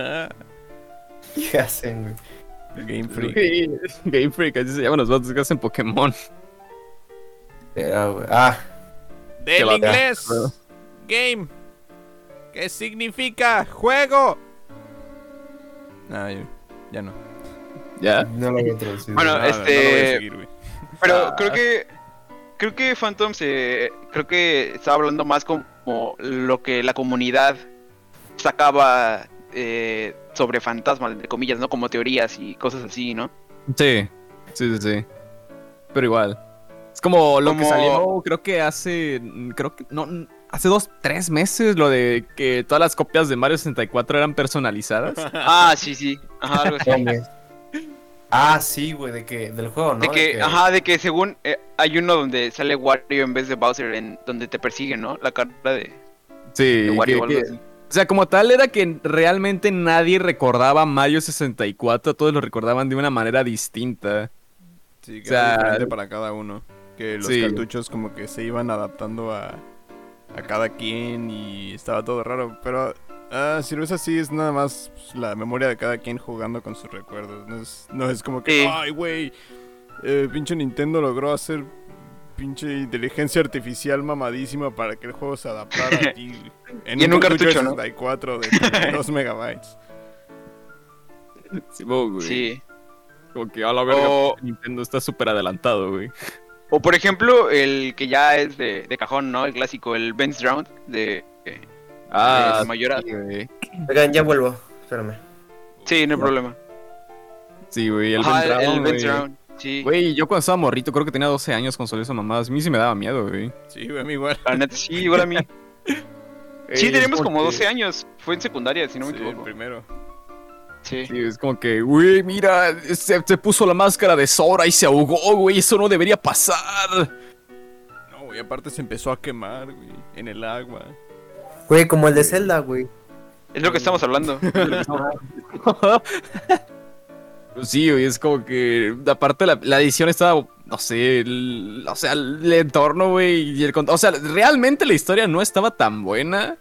Speaker 4: ¿Qué hacen, güey?
Speaker 3: Game Freak.
Speaker 1: Sí, Game Freak, así se llaman los vatos que hacen Pokémon. [laughs]
Speaker 4: Era, güey. Ah,
Speaker 1: Qué
Speaker 3: Del
Speaker 1: bacán.
Speaker 3: inglés. Game. ¿Qué significa juego? Ah, ya- ya no.
Speaker 1: Ya.
Speaker 4: no lo voy a traducir.
Speaker 2: Bueno,
Speaker 3: No, no lo voy a
Speaker 2: este-
Speaker 3: seguir, güey.
Speaker 2: Pero
Speaker 1: Ah.
Speaker 2: creo que. Creo que Phantom se. Creo que estaba hablando más como lo que la comunidad sacaba eh, sobre fantasmas, entre comillas, ¿no? Como teorías y cosas
Speaker 1: [laughs]
Speaker 2: así, ¿no?
Speaker 1: Sí, sí, sí, sí. Pero igual. Es como lo que
Speaker 2: Como-
Speaker 1: salió, creo que hace. Creo que. No, hace dos, tres meses, lo de que todas las copias de Mario 64 eran
Speaker 2: [laughs]
Speaker 1: personalizadas.
Speaker 2: Ah, sí, sí. Ajá, algo
Speaker 1: [laughs]
Speaker 2: así.
Speaker 4: Hombre. Ah, sí, güey, de que, del juego, ¿no?
Speaker 2: De que, ajá, de que según eh, hay uno donde sale Wario en vez de Bowser, en donde te persiguen, ¿no? La carta de, de
Speaker 1: Sí,
Speaker 2: Wario
Speaker 1: que-
Speaker 2: o algo
Speaker 1: que-
Speaker 2: así.
Speaker 1: o sea, como tal era que realmente nadie recordaba Mario 64, todos lo recordaban de una manera distinta.
Speaker 3: Sí, que
Speaker 1: O sea,
Speaker 3: era diferente para cada uno. Que los
Speaker 1: sí.
Speaker 3: cartuchos como que se iban adaptando a, a cada quien y estaba todo raro. Pero ah, si lo es así, es nada más pues, la memoria de cada quien jugando con sus recuerdos. No es, no es como que,
Speaker 2: Sí.
Speaker 3: ay, güey, eh, pinche Nintendo logró hacer pinche inteligencia artificial mamadísima para que el juego se adaptara a
Speaker 2: [laughs]
Speaker 3: ti.
Speaker 2: Y en un
Speaker 3: de
Speaker 2: cartucho, ¿no? [laughs]
Speaker 3: 64 de 2 megabytes.
Speaker 1: Sí, güey.
Speaker 2: Sí.
Speaker 1: Como que a la verga,
Speaker 2: O-
Speaker 1: Nintendo está súper adelantado, güey.
Speaker 2: O por ejemplo, el que ya es de, de cajón, ¿no? El clásico, el Ben's Round de, eh, de
Speaker 1: Ah,
Speaker 2: Mayora.
Speaker 1: sí, güey.
Speaker 4: Oigan, ya vuelvo. Espérame.
Speaker 2: Sí, no hay problema.
Speaker 1: Sí, güey, el
Speaker 2: Ajá,
Speaker 1: Ben Brown,
Speaker 2: el Ben's
Speaker 1: güey.
Speaker 2: Round. Sí,
Speaker 1: Güey, yo cuando estaba morrito, creo que tenía 12 años con esas mamadas. A mí sí me daba miedo, güey.
Speaker 3: Sí, güey, a mí igual.
Speaker 2: la neta, sí,
Speaker 1: [laughs]
Speaker 2: igual a mí. Sí,
Speaker 1: Eh,
Speaker 2: teníamos
Speaker 1: es
Speaker 2: como
Speaker 1: que-
Speaker 2: 12 años. Fue en secundaria, si no me
Speaker 3: Sí, el
Speaker 2: equivoco.
Speaker 3: primero.
Speaker 2: Sí.
Speaker 1: Sí, es como que, güey, mira, se, se puso la máscara de Sora y se ahogó, güey, eso no debería pasar.
Speaker 3: No, güey, aparte se empezó a quemar, güey, en el agua.
Speaker 4: Güey, como el de Zelda, güey.
Speaker 2: Es lo que
Speaker 1: [laughs]
Speaker 2: estamos hablando.
Speaker 1: Pues sí, güey, es como que, aparte la, la edición estaba, no sé, el- o sea, el entorno, güey, y el cont- o sea, realmente la historia no estaba tan buena.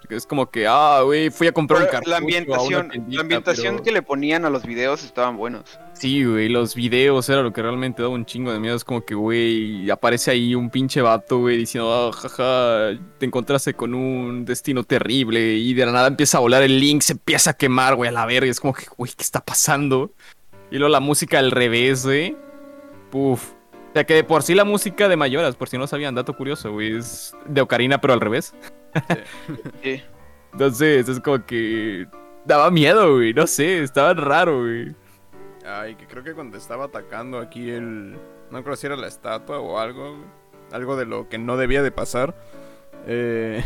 Speaker 1: Porque es como que, ah, güey, fui a comprar un
Speaker 2: Pero
Speaker 1: cartucho
Speaker 2: la
Speaker 1: a una
Speaker 2: ambientación, la
Speaker 1: tiendita,
Speaker 2: ambientación
Speaker 1: pero-
Speaker 2: que le ponían a los videos estaban buenos.
Speaker 1: Sí, güey, los videos era lo que realmente daba un chingo de miedo. Es como que, güey, aparece ahí un pinche vato, güey, diciendo, ah, jaja, te encontraste con un destino terrible. Y de la nada empieza a volar el link, se empieza a quemar, güey, a la verga. Es como que, güey, ¿qué está pasando? Y luego la música al revés, güey. Puf. O sea que de por sí la música de Mayoras, por si no sabían, dato curioso, güey, es de Ocarina, pero al revés.
Speaker 2: Sí.
Speaker 1: Entonces, es como que daba miedo, güey, no sé, estaba raro, güey.
Speaker 3: Ay, que creo que cuando estaba atacando aquí el... No creo si era la estatua o algo. Algo de lo que no debía de pasar. Eh...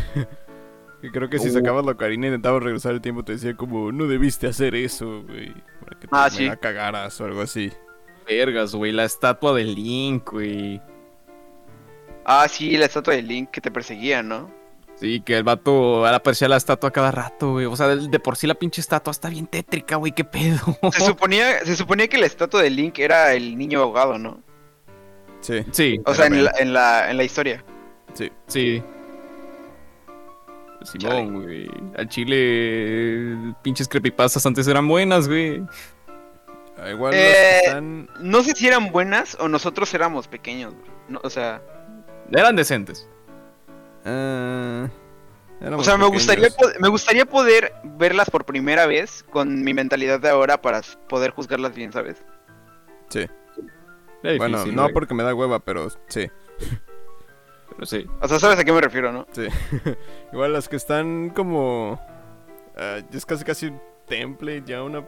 Speaker 3: [laughs] que creo que si
Speaker 1: Uh.
Speaker 3: sacabas la ocarina y intentabas regresar el tiempo te decía como... No debiste hacer eso, güey. Para que te
Speaker 2: Ah,
Speaker 3: me
Speaker 2: sí.
Speaker 3: la cagaras o algo así.
Speaker 1: Vergas, güey, la estatua de Link, güey.
Speaker 2: Ah, sí, la estatua de Link que te perseguía, ¿no?
Speaker 1: Sí, que el vato aparecía la estatua cada rato, güey. O sea, de, de por sí la pinche estatua está bien tétrica, güey, qué pedo.
Speaker 2: Se suponía, se suponía que la estatua de Link era el niño ahogado, ¿no?
Speaker 3: Sí.
Speaker 1: [laughs] Sí,
Speaker 2: O sea,
Speaker 3: Era
Speaker 2: en la, en la, en la historia.
Speaker 1: sí. Simón, güey. Al chile, pinches creepypastas antes eran buenas, güey.
Speaker 3: Ah, Igual
Speaker 2: Eh.
Speaker 3: las que están...
Speaker 2: No sé si eran buenas o nosotros éramos pequeños, güey. No, o sea,
Speaker 1: Eran decentes.
Speaker 3: ah,
Speaker 2: O sea, me gustaría, po- me gustaría poder verlas por primera vez con mi mentalidad de ahora para s- poder juzgarlas bien, ¿sabes?
Speaker 1: Era
Speaker 3: Bueno,
Speaker 1: difícil,
Speaker 3: no
Speaker 1: güey,
Speaker 3: porque me da hueva, pero sí.
Speaker 1: pero sí.
Speaker 2: O sea, ¿sabes a qué me refiero, no?
Speaker 3: [laughs] Igual las que están como. ah, es casi casi un template, ya una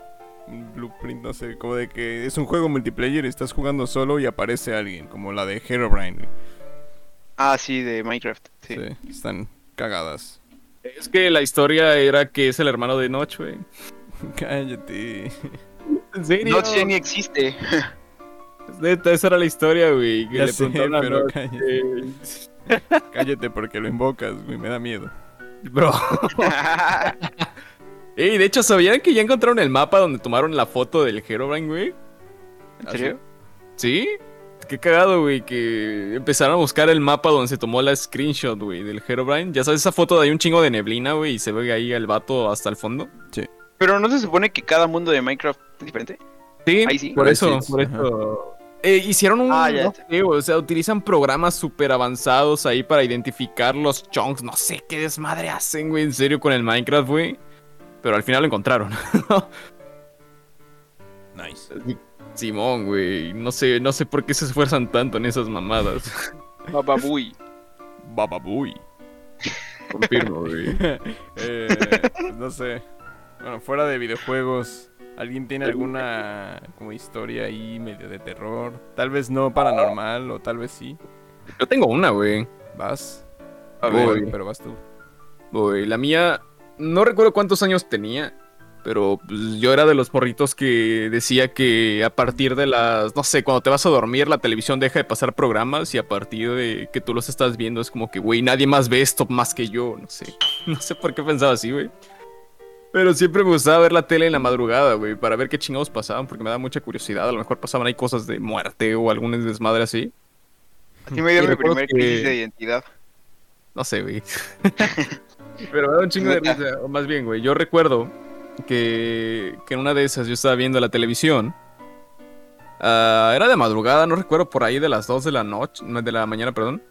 Speaker 3: un blueprint, no sé, como de que es un juego multiplayer y estás jugando solo y aparece alguien, como la de Herobrine.
Speaker 2: Ah, sí, de Minecraft. Sí.
Speaker 3: Sí, están cagadas. [laughs]
Speaker 1: Es que la historia era que es el hermano de Notch, güey.
Speaker 3: Cállate. [laughs]
Speaker 1: ¿En serio?
Speaker 2: Notch ya ni existe.
Speaker 1: Neta, esa era la historia, güey. Que
Speaker 3: Ya
Speaker 1: le
Speaker 3: sé,
Speaker 1: preguntaron a
Speaker 3: pero
Speaker 1: Notch,
Speaker 3: cállate.
Speaker 1: eh,
Speaker 3: Cállate porque lo invocas, güey, me da miedo.
Speaker 2: [laughs]
Speaker 1: Bro. Y de hecho, ¿sabían que ya encontraron el mapa donde tomaron la foto del Herobrine, güey? Ah,
Speaker 2: ¿En serio?
Speaker 1: ¿Sí? Qué cagado, güey, que empezaron a buscar el mapa donde se tomó la screenshot, güey, del Herobrine. Ya sabes, esa foto de ahí un chingo de neblina, güey, y se ve ahí el vato hasta el fondo.
Speaker 2: Pero no se supone que cada mundo de Minecraft es diferente.
Speaker 1: Sí,
Speaker 2: Ahí sí.
Speaker 1: por
Speaker 3: Ahí
Speaker 1: eso,
Speaker 3: sí,
Speaker 1: por
Speaker 3: ajá.
Speaker 1: eso. Eh, hicieron un...
Speaker 2: Ah, ya.
Speaker 1: no sé, güey, o sea, utilizan programas súper avanzados ahí para identificar los chunks. No sé qué desmadre hacen, güey, en serio, con el Minecraft, güey. Pero al final lo encontraron.
Speaker 3: Nice.
Speaker 1: Simón, güey. No sé, no sé por qué se esfuerzan tanto en esas [laughs] mamadas.
Speaker 2: Bababuy.
Speaker 3: Bababuy.
Speaker 1: Confirmo, güey.
Speaker 3: Eh, no sé. Bueno, fuera de videojuegos, ¿alguien tiene alguna como historia ahí medio de terror? Tal vez no paranormal o tal vez sí.
Speaker 1: Yo tengo una, güey.
Speaker 3: Vas.
Speaker 1: A
Speaker 3: Pero-
Speaker 1: ver.
Speaker 3: Pero vas tú.
Speaker 1: Güey, la mía. No recuerdo cuántos años tenía. Pero pues, yo era de los porritos que decía que a partir de las. No sé, cuando te vas a dormir, la televisión deja de pasar programas. Y a partir de que tú los estás viendo, es como que, güey, nadie más ve esto más que yo. No sé. [laughs] No sé por qué pensaba así, güey. Pero siempre me gustaba ver la tele en la madrugada, güey, para ver qué chingados pasaban, porque me da mucha curiosidad. A lo mejor pasaban ahí cosas de muerte o algún desmadre así.
Speaker 2: Así me dio
Speaker 1: Sí,
Speaker 2: mi
Speaker 1: recuerdo
Speaker 2: primer
Speaker 1: que-
Speaker 2: crisis de identidad.
Speaker 1: No sé, güey. [laughs] Pero me da un chingo de
Speaker 2: Neta.
Speaker 1: risa. O más bien, güey, yo recuerdo que, que en una de esas yo estaba viendo la televisión. Ah, era de madrugada, no recuerdo, por ahí de las 2 de la noche, no, de la mañana, perdón.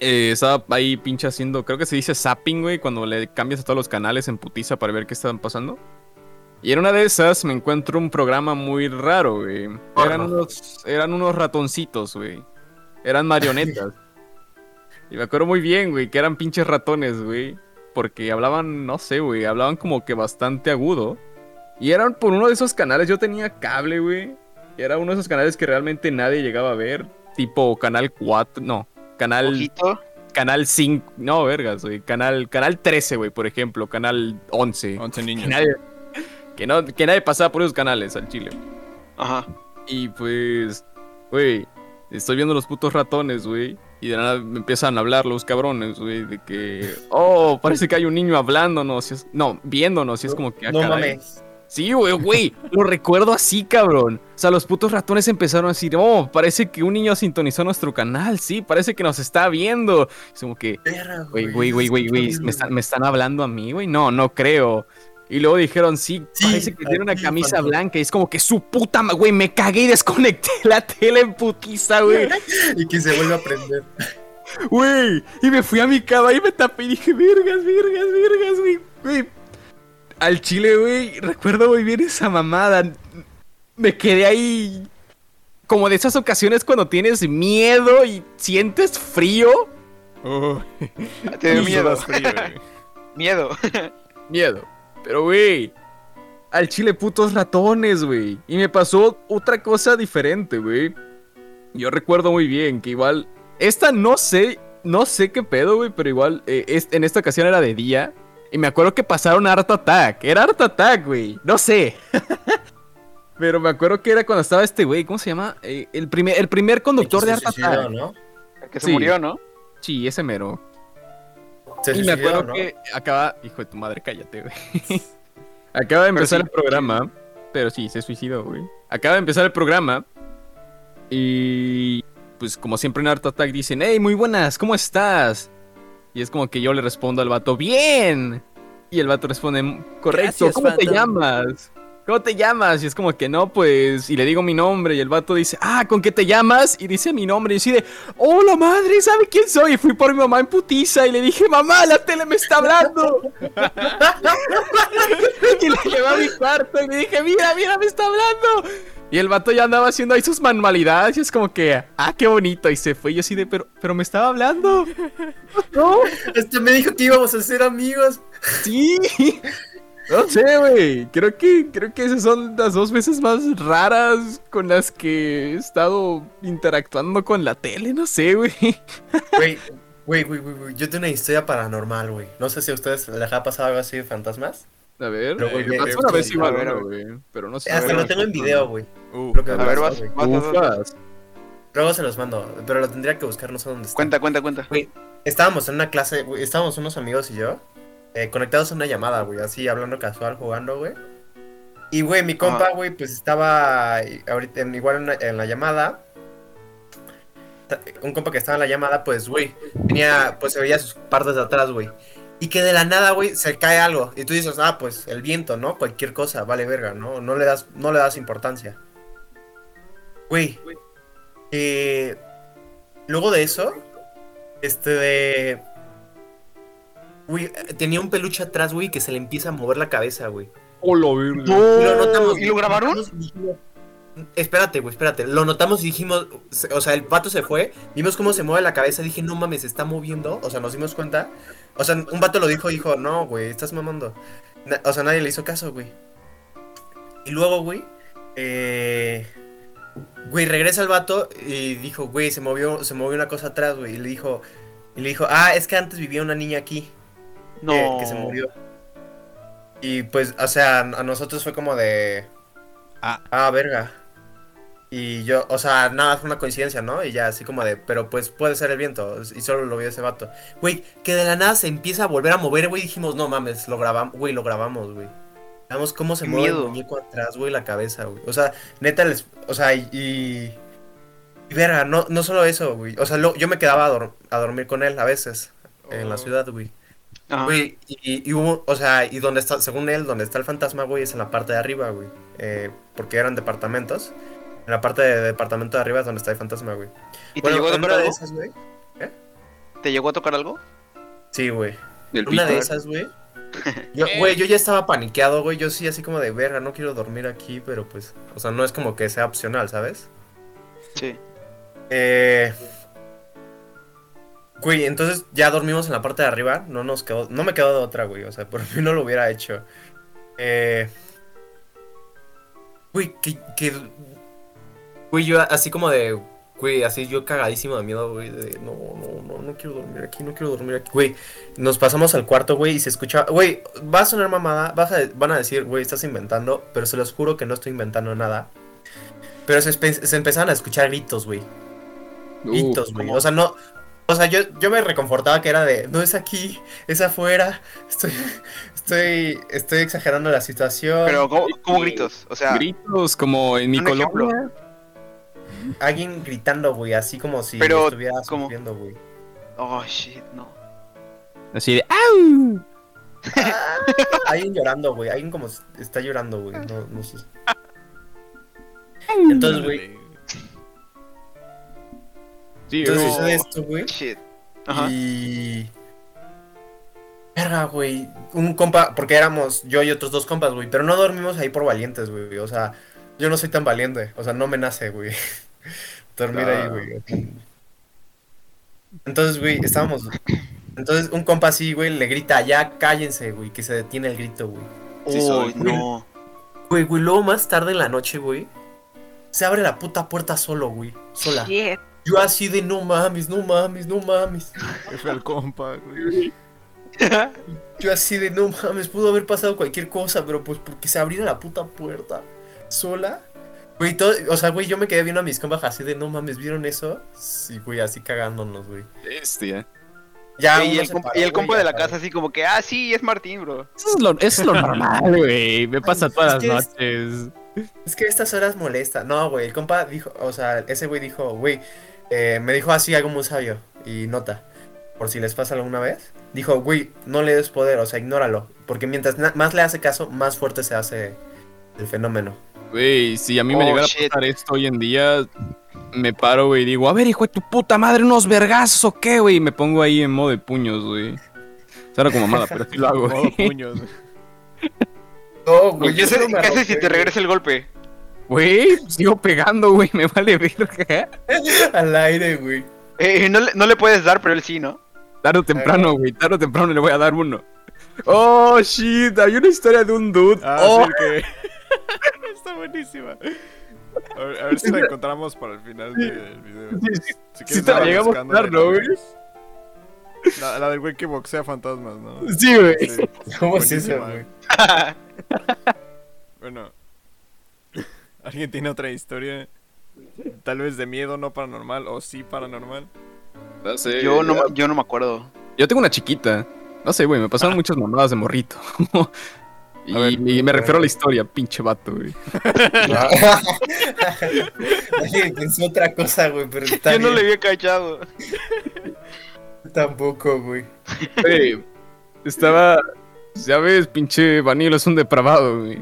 Speaker 1: Eh, estaba ahí pinche haciendo, creo que se dice zapping, güey, cuando le cambias a todos los canales en putiza para ver qué estaban pasando. Y en una de esas me encuentro un programa muy raro, güey. Eran unos, eran unos ratoncitos, güey. Eran marionetas. y me acuerdo muy bien, güey, que eran pinches ratones, güey. Porque hablaban, no sé, güey, hablaban como que bastante agudo. Y eran por uno de esos canales, yo tenía cable, güey. Y era uno de esos canales que realmente nadie llegaba a ver. Tipo Canal 4, no, Canal...
Speaker 2: Ojito.
Speaker 1: Canal 5, no, vergas, güey. Canal, canal 13, güey, por ejemplo. Canal 11.
Speaker 3: 11
Speaker 1: Que
Speaker 3: niños.
Speaker 1: nadie, que, no, que nadie pasaba por esos canales al chile.
Speaker 2: Ajá.
Speaker 1: Y pues, güey, estoy viendo los putos ratones, güey. Y de nada me empiezan a hablar los cabrones, güey. De que, oh, parece que hay un niño hablándonos. y es- no, viéndonos. Y es como que, ah,
Speaker 4: No
Speaker 1: caray.
Speaker 4: mames.
Speaker 1: Sí, güey, güey, lo recuerdo así, cabrón. O sea, los putos ratones empezaron a decir, oh, parece que un niño sintonizó nuestro canal, sí, parece que nos está viendo. Es como que,
Speaker 4: Perra,
Speaker 1: Güey, güey, güey, güey, güey, ¿me están,
Speaker 4: horrible.
Speaker 1: me están hablando a mí, güey? No, no creo. Y luego dijeron, sí,
Speaker 4: Sí,
Speaker 1: parece que
Speaker 4: a
Speaker 1: tiene una
Speaker 4: ti,
Speaker 1: camisa
Speaker 4: Pato.
Speaker 1: blanca. Y es como que su puta, ma- güey, me cagué y desconecté [laughs] la tele en putiza, güey.
Speaker 4: Y que se vuelva a prender.
Speaker 1: Güey, y me fui a mi cama y me tapé y dije, vergas, vergas, vergas, güey. güey. Al chile, güey, recuerdo muy bien esa mamada. Me quedé ahí como de esas ocasiones cuando tienes miedo y sientes frío. [laughs]
Speaker 3: Uy,
Speaker 2: Te dio
Speaker 3: y
Speaker 2: miedo.
Speaker 3: sudas frío, eh. güey.
Speaker 2: Miedo. [laughs]
Speaker 1: miedo. Pero, güey, al chile putos ratones, güey. Y me pasó otra cosa diferente, güey. Yo recuerdo muy bien que igual, esta no sé, no sé qué pedo, güey, pero igual eh, es- en esta ocasión era de día. Y me acuerdo que pasaron Art Attack. Era Art Attack, güey. No sé. [laughs] pero me acuerdo que era cuando estaba este güey, ¿cómo se llama? Eh, el, primer, el primer conductor
Speaker 4: Se
Speaker 1: de Art
Speaker 4: suicidó,
Speaker 1: Attack.
Speaker 4: Este ¿no?
Speaker 2: Que se
Speaker 1: Sí.
Speaker 2: murió, ¿no?
Speaker 1: Sí, ese mero.
Speaker 4: Se
Speaker 1: Y me
Speaker 4: suicidó,
Speaker 1: acuerdo
Speaker 4: ¿no?
Speaker 1: que acaba. Hijo de tu madre, cállate, güey. [laughs] acaba de empezar
Speaker 2: sí.
Speaker 1: el programa. Pero sí, se suicidó, güey. Acaba de empezar el programa. Y. Pues como siempre en Art Attack dicen: Hey, muy buenas, ¿cómo estás? Y es como que yo le respondo al vato: ¡Bien! Y el vato responde: Correcto,
Speaker 3: Gracias,
Speaker 1: ¿cómo te
Speaker 3: Phantom".
Speaker 1: llamas? ¿cómo te llamas? Y es como que no, pues, y le digo mi nombre y el vato dice, ah, ¿con qué te llamas? Y dice mi nombre y decide, oh, la madre, ¿sabe quién soy? Y fui por mi mamá en putiza y le dije, mamá, la tele me está hablando. [laughs] y la llevé a mi cuarto y le dije, mira, mira, me está hablando. Y el vato ya andaba haciendo ahí sus manualidades y es como que, ah, qué bonito. Y se fue y yo así de, pero, pero me estaba hablando.
Speaker 4: No, este me dijo que íbamos a ser amigos.
Speaker 1: Sí. No sé, güey. Creo que, creo que esas son las dos veces más raras con las que he estado interactuando con la tele. No sé, güey.
Speaker 4: Güey, güey, güey, güey, güey, Yo tengo una historia paranormal, güey. No sé si a ustedes les ha pasado algo así de fantasmas.
Speaker 1: A ver,
Speaker 4: Pero, güey,
Speaker 1: me pasó
Speaker 4: eh,
Speaker 1: una
Speaker 4: sí,
Speaker 1: vez igual,
Speaker 2: a ver, a ver.
Speaker 1: güey. Pero no sé.
Speaker 4: Hasta
Speaker 2: ver,
Speaker 4: lo tengo en video, güey.
Speaker 3: Uh,
Speaker 4: Lo que me
Speaker 2: A ver,
Speaker 4: pasó,
Speaker 2: vas,
Speaker 4: güey.
Speaker 2: vas, vas, vas.
Speaker 1: Ufas.
Speaker 4: Luego se los mando, pero lo tendría que buscar, no sé dónde está.
Speaker 2: Cuenta, cuenta, cuenta.
Speaker 4: Estábamos en una clase, güey, estábamos unos amigos y yo, eh, conectados a una llamada, güey, así hablando casual, jugando, güey. Y, güey, mi compa,
Speaker 2: Ajá.
Speaker 4: güey, pues estaba eh, ahorita en- igual en, la- en la llamada. Ta- Un compa que estaba en la llamada, pues, güey, tenía, pues se veía sus partes de atrás, güey. Y que de la nada, güey, se cae algo. Y tú dices, ah, pues el viento, ¿no? Cualquier cosa, vale verga, ¿no? No le das, no le das importancia. Güey. eh, luego de eso, este de... Güey, eh, tenía un peluche atrás, güey, que se le empieza a mover la cabeza, güey.
Speaker 1: Hola, verga.
Speaker 4: Y lo notamos.
Speaker 2: Oh, ¿Y lo grabaron?
Speaker 4: notamos y dijimos- Espérate, güey, espérate. Lo notamos y dijimos, o sea, el vato se fue, vimos cómo se mueve la cabeza, dije, no mames, se está moviendo. O sea, nos dimos cuenta. O sea, un vato lo dijo, dijo, no, güey, estás mamando. Na- o sea, nadie le hizo caso, güey. Y luego, güey, eh, güey, regresa el vato y dijo, güey, se movió, se movió una cosa atrás, güey. Y le dijo, y le dijo, ah, es que antes vivía una niña aquí
Speaker 2: No.
Speaker 4: que, que se murió. Y pues, o sea, a nosotros fue como de.
Speaker 3: Ah.
Speaker 4: verga. Y yo, o sea, nada, fue una coincidencia, ¿no? Y ya, así como de, pero pues puede ser el viento. Y solo lo vio ese vato. Güey, que de la nada se empieza a volver a mover, güey. Dijimos, no mames, lo grabamos, güey, lo grabamos, güey. Veamos cómo se
Speaker 2: Qué
Speaker 4: mueve
Speaker 2: miedo.
Speaker 4: el muñeco atrás, güey, la cabeza, güey. O sea, neta, les, o sea, y. y- y verga, no, no solo eso, güey. O sea, lo- yo me quedaba a, dor- a dormir con él a veces en la
Speaker 3: Oh.
Speaker 4: ciudad, güey.
Speaker 2: Ajá.
Speaker 4: Güey, y, y hubo, o sea, y donde está, según él, donde está el fantasma, güey, es en la parte de arriba, güey. Eh, porque eran departamentos. En la parte de departamento de arriba es donde está el fantasma, güey.
Speaker 2: ¿Y te
Speaker 4: Bueno,
Speaker 2: llegó a
Speaker 4: en
Speaker 2: tocar
Speaker 4: una de
Speaker 2: algo?
Speaker 4: esas, güey.
Speaker 2: ¿Te llegó a tocar algo?
Speaker 4: Sí, güey.
Speaker 1: Del
Speaker 4: En Una de
Speaker 1: pito.
Speaker 2: [laughs]
Speaker 4: esas, güey. Yo, güey, yo ya estaba paniqueado, güey. Yo sí, así como de verga, no quiero dormir aquí, pero pues, o sea, no es como que sea opcional, ¿sabes?
Speaker 2: Sí.
Speaker 4: Eh, Güey, entonces ya dormimos en la parte de arriba. No nos quedó. No me quedó de otra, güey. O sea, por [laughs] mí no lo hubiera hecho. Eh. Güey, que. que- Güey, yo así como de. Güey, así yo cagadísimo de miedo, güey. De, no, no, no, no quiero dormir aquí, no quiero dormir aquí. Güey, nos pasamos al cuarto, güey, y se escucha. Güey, va a sonar mamada. Vas a, van a decir, güey, estás inventando. Pero se los juro que no estoy inventando nada. Pero se, espe- se empezaron a escuchar gritos, güey
Speaker 1: Uh,
Speaker 4: gritos, güey. O sea, no. O sea, yo, yo me reconfortaba que era de. No es aquí, es afuera. Estoy. [laughs] Estoy. Estoy exagerando la situación.
Speaker 2: Pero, ¿cómo, cómo gritos? O sea,
Speaker 1: gritos como en mi
Speaker 2: Un ejemplo.
Speaker 1: colonia.
Speaker 4: Alguien gritando, güey, así como si
Speaker 2: Pero,
Speaker 4: estuviera
Speaker 2: ¿cómo?
Speaker 4: sufriendo, güey. [laughs]
Speaker 2: oh shit, no.
Speaker 1: Así de "Ah". ¡Au!
Speaker 4: Alguien llorando, güey. Alguien como s- está llorando, güey. No, no sé. Entonces, güey.
Speaker 1: Sí,
Speaker 4: Entonces
Speaker 1: güey.
Speaker 4: sucede esto, güey.
Speaker 2: Shit. Ajá.
Speaker 4: Y. Verga, güey. Un compa, porque éramos yo y otros dos compas, güey. Pero no dormimos ahí por valientes, güey. O sea, yo no soy tan valiente. O sea, no me nace, güey. [laughs] Dormir ahí,
Speaker 1: Ah.
Speaker 4: güey. Entonces, güey, estábamos. Entonces, un compa así, güey, le grita, ya cállense, güey, que se detiene el grito, güey.
Speaker 1: Sí,
Speaker 2: Uy,
Speaker 1: soy.
Speaker 2: no.
Speaker 4: Güey, güey, luego más tarde en la noche, güey, se abre la puta puerta solo, güey. Sola.
Speaker 2: Shit.
Speaker 4: Yo así de no mames, no mames, no mames.
Speaker 3: F al compa, güey.
Speaker 2: [laughs]
Speaker 4: Yo así de, no mames, pudo haber pasado cualquier cosa, pero pues porque se abrió la puta puerta sola. Güey, todo, o sea, güey, yo me quedé viendo a mis compas así de, no mames, ¿vieron eso? Sí, güey, así cagándonos, güey.
Speaker 1: Bestia.
Speaker 4: Ya,
Speaker 2: y,
Speaker 4: uno
Speaker 2: el
Speaker 4: se
Speaker 2: compa,
Speaker 4: paró,
Speaker 2: y el
Speaker 4: güey,
Speaker 2: compa de la
Speaker 4: ya,
Speaker 2: casa así como que, ah, sí, es Martín, bro.
Speaker 1: Eso es lo, eso es lo normal, güey. Me pasa todas las
Speaker 4: es que es-
Speaker 1: noches.
Speaker 4: Es que estas horas molesta. No, güey, el compa dijo, o sea, ese güey dijo, güey, eh, me dijo así algo muy sabio. Y nota, por si les pasa alguna vez. Dijo, güey, no le des poder, o sea, ignóralo. Porque mientras na- más le hace caso, más fuerte se hace El fenómeno.
Speaker 1: Güey, si a mí me
Speaker 2: Oh,
Speaker 1: llegara
Speaker 2: shit.
Speaker 1: a pasar esto hoy en día, me paro, güey, y digo, a ver, hijo de tu puta madre, unos vergazos o qué, güey, y me pongo ahí en modo de puños, güey. Será como mamada, pero sí [laughs] lo hago,
Speaker 3: [laughs] Modo
Speaker 1: güey. [laughs]
Speaker 3: Oh, puños. güey.
Speaker 4: No,
Speaker 2: Güey,
Speaker 4: güey,
Speaker 2: ¿Qué
Speaker 4: yo
Speaker 2: haces,
Speaker 4: solo me
Speaker 2: qué haces si
Speaker 4: arropé
Speaker 2: te regresa el golpe?
Speaker 1: Güey, pues, sigo pegando, güey, me vale verga.
Speaker 4: Al aire, güey.
Speaker 2: Eh, no, le- no le puedes dar, pero él sí, ¿no?
Speaker 1: Tarde o temprano, güey, tarde o temprano le voy a dar uno. Oh, shit, hay una historia de un dude.
Speaker 3: Ah,
Speaker 1: oh,
Speaker 3: sí, que- [laughs] Está buenísima. A ver, a ver si la encontramos para el final del video.
Speaker 1: sí, [laughs] sí.
Speaker 3: Si
Speaker 1: Sí te la
Speaker 3: la
Speaker 1: llegamos a
Speaker 3: buscando,
Speaker 1: dar, ¿no, güey?
Speaker 3: La, la del güey que boxea fantasmas, ¿no?
Speaker 1: Sí, güey.
Speaker 3: Sí.
Speaker 4: ¿Cómo es
Speaker 3: Buenísima, eh.
Speaker 4: eso, güey?
Speaker 3: Bueno. [laughs] ¿Alguien tiene otra historia? Tal vez de miedo, no paranormal, o sí paranormal.
Speaker 1: No sé,
Speaker 2: Yo no, yo no me acuerdo.
Speaker 1: Yo tengo una chiquita. No sé, güey, me pasaron muchas mamadas de morrito. [laughs] y,
Speaker 3: A ver,
Speaker 1: y me refiero Ah. a la historia, pinche vato, güey.
Speaker 4: [laughs] Alguien pensó otra cosa, güey, pero está
Speaker 2: Yo no le
Speaker 4: bien.
Speaker 2: había cachado.
Speaker 4: Tampoco, güey.
Speaker 1: Güey, estaba. Ya ves, pinche Vanilo es un depravado, güey.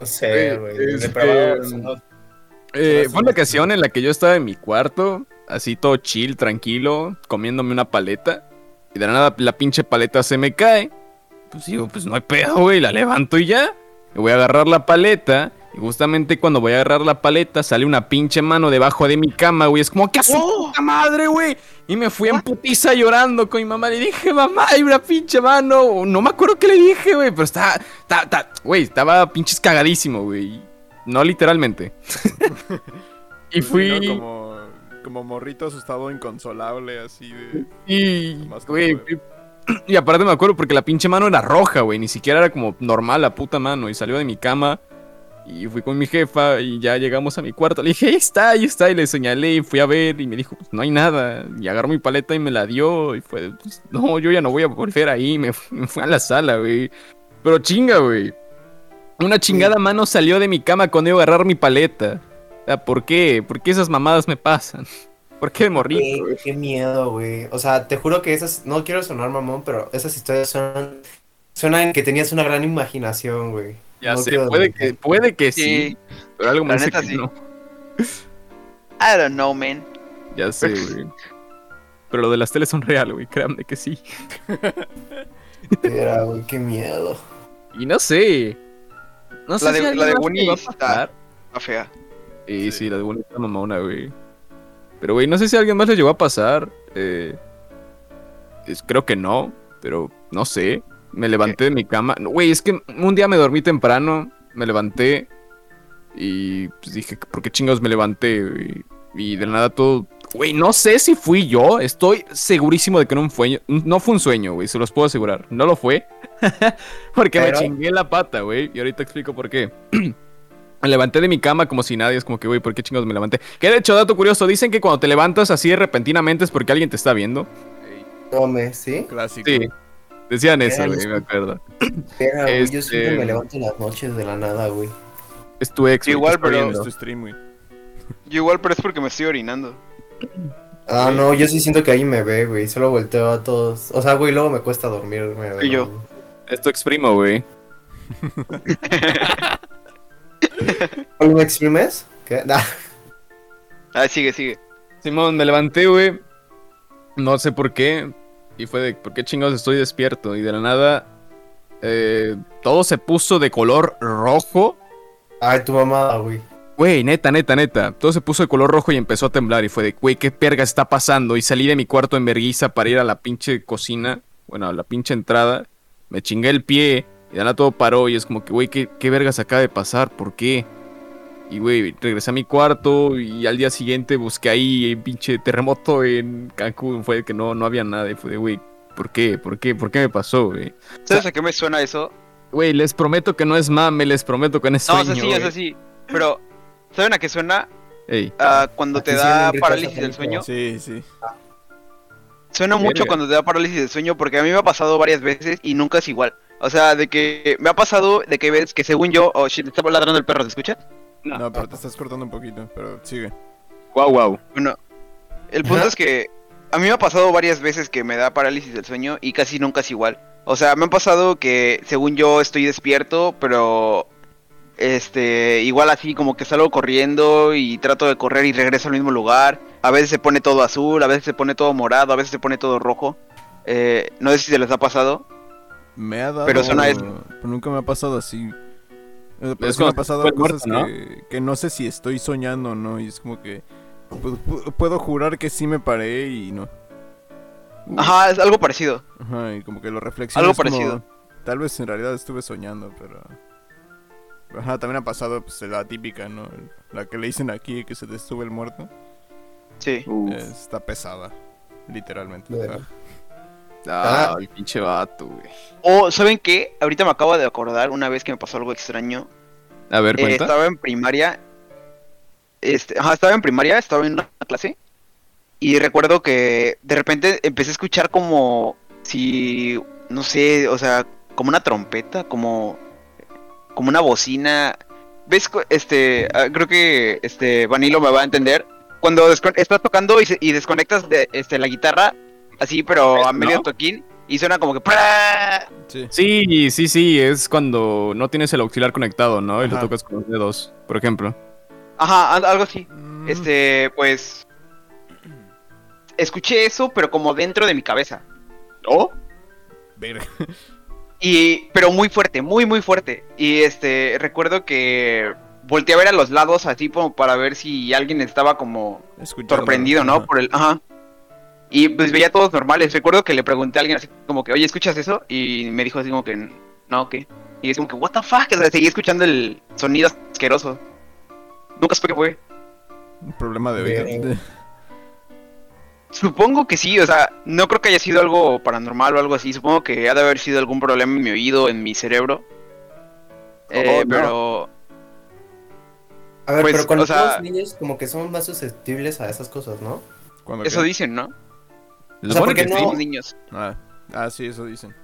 Speaker 4: No sé,
Speaker 1: Güey,
Speaker 4: güey.
Speaker 1: este-
Speaker 4: depravado, no.
Speaker 1: Eh,
Speaker 4: Gracias.
Speaker 1: fue una ocasión en la que yo estaba en mi cuarto, así todo chill, tranquilo, comiéndome una paleta. Y de la nada la pinche paleta se me cae. Pues digo, pues no hay pedo, güey, la levanto y ya. Y voy a agarrar la paleta. Y justamente cuando voy a agarrar la paleta sale una pinche mano debajo de mi cama, güey. Es como, ¿qué haces?
Speaker 2: ¡Oh!
Speaker 1: puta madre, güey. Y me fui en putiza llorando con mi mamá. Le dije, mamá, hay una pinche mano. O No me acuerdo qué le dije, güey. Pero estaba, estaba, estaba- güey, estaba pinches cagadísimo, güey. No
Speaker 3: [laughs]
Speaker 1: literalmente. y
Speaker 3: Pues,
Speaker 1: fui.
Speaker 3: ¿no? Como, como morrito asustado, inconsolable, así de.
Speaker 1: Y,
Speaker 3: Más como
Speaker 1: güey,
Speaker 3: de-
Speaker 1: y aparte me acuerdo porque la pinche mano era roja, güey. Ni siquiera era como normal la puta mano. Y salió de mi cama. Y fui con mi jefa y ya llegamos a mi cuarto. Le dije, ahí está, ahí está. Y le señalé y fui a ver. Y me dijo, pues no hay nada. Y agarró mi paleta y me la dio. Y fue, pues, no, yo ya no voy a volver ahí. Me, fu- me fui a la sala, güey. Pero chinga, güey. Una chingada mano salió de mi cama cuando iba a agarrar mi paleta. O sea, ¿por qué? ¿Por qué esas mamadas me pasan? [laughs] ¿Por qué morí?
Speaker 4: Güey, qué miedo, güey. O sea, te juro que esas. No quiero sonar mamón, pero esas historias son. Suenan que tenías una gran imaginación, güey.
Speaker 1: Ya
Speaker 4: No
Speaker 1: sé,
Speaker 4: quiero
Speaker 1: puede
Speaker 4: demeritar.
Speaker 1: que, puede que sí,
Speaker 2: Sí.
Speaker 1: pero algo me
Speaker 2: La
Speaker 1: dice
Speaker 2: neta
Speaker 1: que
Speaker 2: sí.
Speaker 1: no.
Speaker 2: I don't know, man.
Speaker 1: Ya sé, güey. Pero lo de las teles son real, güey, créanme que sí.
Speaker 4: Era, güey, qué miedo.
Speaker 1: Y no sé. No sé
Speaker 2: de-
Speaker 1: si
Speaker 2: la
Speaker 1: alguien
Speaker 2: de
Speaker 1: más
Speaker 2: Winnie
Speaker 1: le va a
Speaker 2: está-
Speaker 1: pasar.
Speaker 2: Está fea.
Speaker 1: Sí, sí,
Speaker 3: Sí.
Speaker 1: la de Winnie está mamona, güey. Pero, güey, no sé si a alguien más le llegó a pasar. eh, es- creo que no, pero no sé. Me levanté de mi cama. No, Güey, es que un día me dormí temprano, me levanté y pues, dije, ¿por qué chingados me levanté? güey? Y, de la nada todo... Güey, no sé si fui yo, estoy segurísimo de que no fue, no fue un sueño, güey, se los puedo asegurar. No lo fue. [laughs] Porque
Speaker 4: Pero-
Speaker 1: me chingué la pata, güey. Y ahorita explico por qué. [clears throat] Me levanté de mi cama como si nadie, es como que, güey, ¿por qué chingados me levanté? Que de hecho, dato curioso, dicen que cuando te levantas así de repentinamente es porque alguien te está viendo.
Speaker 4: Tome, ¿sí?
Speaker 3: Clásico.
Speaker 1: Sí. Decían eso,
Speaker 4: Era
Speaker 1: güey,
Speaker 4: eso.
Speaker 1: me acuerdo.
Speaker 4: Era, güey, yo siempre
Speaker 1: Este-
Speaker 4: me levanto en las noches de la nada, güey.
Speaker 1: Es tu ex. güey,
Speaker 2: Igual,
Speaker 1: te está
Speaker 2: pero-
Speaker 1: viendo.
Speaker 3: Es tu stream, güey.
Speaker 2: Yo igual, pero es porque me estoy orinando.
Speaker 4: Ah, no, yo sí siento que ahí me ve, güey. Solo volteo a todos. O sea, güey, luego me cuesta dormirme.
Speaker 2: Y yo.
Speaker 4: ¿no?
Speaker 1: Es tu ex primo, güey.
Speaker 4: ¿Cuál me exprimes? ¿Qué? [laughs] Nah.
Speaker 2: Ah, sigue, sigue.
Speaker 1: Simón, me levanté, güey. No sé por qué. Y fue de, ¿por qué chingados estoy despierto? Y de la nada, eh, todo se puso de color rojo.
Speaker 4: Ay, tu mamada, güey.
Speaker 1: Güey, neta, neta, neta. Todo se puso de color rojo y empezó a temblar. Y fue de, güey, ¿qué perga está pasando? Y salí de mi cuarto en verguiza para ir a la pinche cocina. Bueno, a la pinche entrada. Me chingué el pie. Y de la nada todo paró. Y es como que, güey, ¿qué, ¿qué vergas acaba de pasar? ¿Por qué? Y, güey, regresé a mi cuarto. Y al día siguiente busqué ahí el pinche terremoto en Cancún. Fue de que no, no había nada. Y fue de, güey, ¿por qué? ¿Por qué? ¿Por qué me pasó, güey?
Speaker 2: ¿Sabes a qué me suena eso?
Speaker 1: Güey, les prometo que no es mame. Les prometo que no es
Speaker 2: No,
Speaker 1: sueño.
Speaker 2: es así, es
Speaker 1: güey.
Speaker 2: así. Pero, ¿saben a qué suena?
Speaker 1: Ey.
Speaker 2: Ah, cuando te
Speaker 4: Aquí sí
Speaker 2: da
Speaker 4: me grita
Speaker 2: parálisis
Speaker 4: esa
Speaker 2: del sueño.
Speaker 4: película.
Speaker 3: Sí, sí.
Speaker 2: Suena mucho
Speaker 1: Verga.
Speaker 2: cuando te da parálisis del sueño porque a mí me ha pasado varias veces y nunca es igual. O sea, de que me ha pasado de que ves que según yo, oh shit, está ladrando el perro, ¿se escucha?
Speaker 3: No, pero te estás cortando un poquito, pero sigue.
Speaker 1: Wow, wow.
Speaker 2: Bueno, el punto
Speaker 4: Ajá.
Speaker 2: es que a mí me ha pasado varias veces que me da parálisis del sueño y casi nunca es igual. O sea, me han pasado que según yo estoy despierto, pero este, igual así como que salgo corriendo y trato de correr y regreso al mismo lugar. A veces se pone todo azul, a veces se pone todo morado, a veces se pone todo rojo. Eh, no sé si se les ha pasado.
Speaker 3: Me ha dado.
Speaker 2: Pero suena es-
Speaker 3: pero nunca me ha pasado así. Eh, Pero
Speaker 1: Es
Speaker 3: sí me
Speaker 1: como
Speaker 3: ha pasado
Speaker 1: fue el
Speaker 3: cosas
Speaker 1: muerto,
Speaker 3: que, que no sé si estoy soñando o no. Y es como que. pu- pu- Puedo jurar que sí me paré y no.
Speaker 2: Ajá, es algo parecido.
Speaker 3: Ajá, y como que lo reflexiono.
Speaker 2: Algo
Speaker 3: es como,
Speaker 2: parecido.
Speaker 3: Tal vez en realidad estuve soñando, pero. Ajá, también ha pasado pues, la típica, ¿no? La que le dicen aquí que se te sube el muerto.
Speaker 2: Sí.
Speaker 1: Uf.
Speaker 3: Eh, está pesada, literalmente.
Speaker 4: Bueno.
Speaker 3: Ajá.
Speaker 1: Ah, el pinche vato, güey.
Speaker 2: O, ¿saben qué? Ahorita me acabo de acordar una vez que me pasó algo extraño.
Speaker 1: A ver,
Speaker 2: Eh,
Speaker 1: cuenta.
Speaker 2: estaba en primaria. Este, ajá, estaba en primaria, estaba en una clase. Y recuerdo que de repente empecé a escuchar como si, no sé, o sea, como una trompeta, como, como una bocina. ¿Ves? cu- Este, ah, creo que este Vanilo me va a entender. Cuando descon- estás tocando y, se- y desconectas de- este, la guitarra, así, pero a
Speaker 1: ¿No?
Speaker 2: medio toquín, y suena como que... ¡prá!
Speaker 3: Sí.
Speaker 1: Sí, sí, sí, es cuando no tienes el auxiliar conectado, ¿no? Y lo
Speaker 3: Ajá.
Speaker 1: tocas con los dedos, por ejemplo.
Speaker 2: Ajá, al- algo así.
Speaker 3: Mm,
Speaker 2: Este, pues. Escuché eso, pero como dentro de mi cabeza. ¿Oh?
Speaker 3: verga.
Speaker 2: Y. Pero muy fuerte, muy, muy fuerte. Y este, recuerdo que. Volteé a ver a los lados así como para ver si alguien estaba como
Speaker 3: Escuchando,
Speaker 2: sorprendido, ¿no?
Speaker 3: ajá.
Speaker 2: Por el. Ajá. Y pues veía todos normales. Recuerdo que le pregunté a alguien así como que, oye, ¿escuchas eso? Y me dijo así como que, no, ¿qué? Y es como que, ¿what the fuck? O sea, seguí escuchando el sonido asqueroso. Nunca supe qué fue.
Speaker 3: Un problema de oído.
Speaker 4: Verga.
Speaker 2: Supongo que sí, o sea, no creo que haya sido algo paranormal o algo así. Supongo que ha de haber sido algún problema en mi oído, en mi cerebro. Eh,
Speaker 1: Oh, no.
Speaker 2: Pero
Speaker 4: A ver,
Speaker 2: Pues,
Speaker 4: pero con
Speaker 2: o sea-
Speaker 4: los niños como que somos más susceptibles a esas cosas, ¿no?
Speaker 3: [laughs] Cuando
Speaker 2: eso
Speaker 3: que-
Speaker 2: dicen, ¿no?
Speaker 1: Se
Speaker 4: O sea,
Speaker 1: supone
Speaker 4: porque
Speaker 1: que
Speaker 4: no-
Speaker 1: sí.
Speaker 2: Somos niños.
Speaker 3: Ah, ah, sí, eso dicen.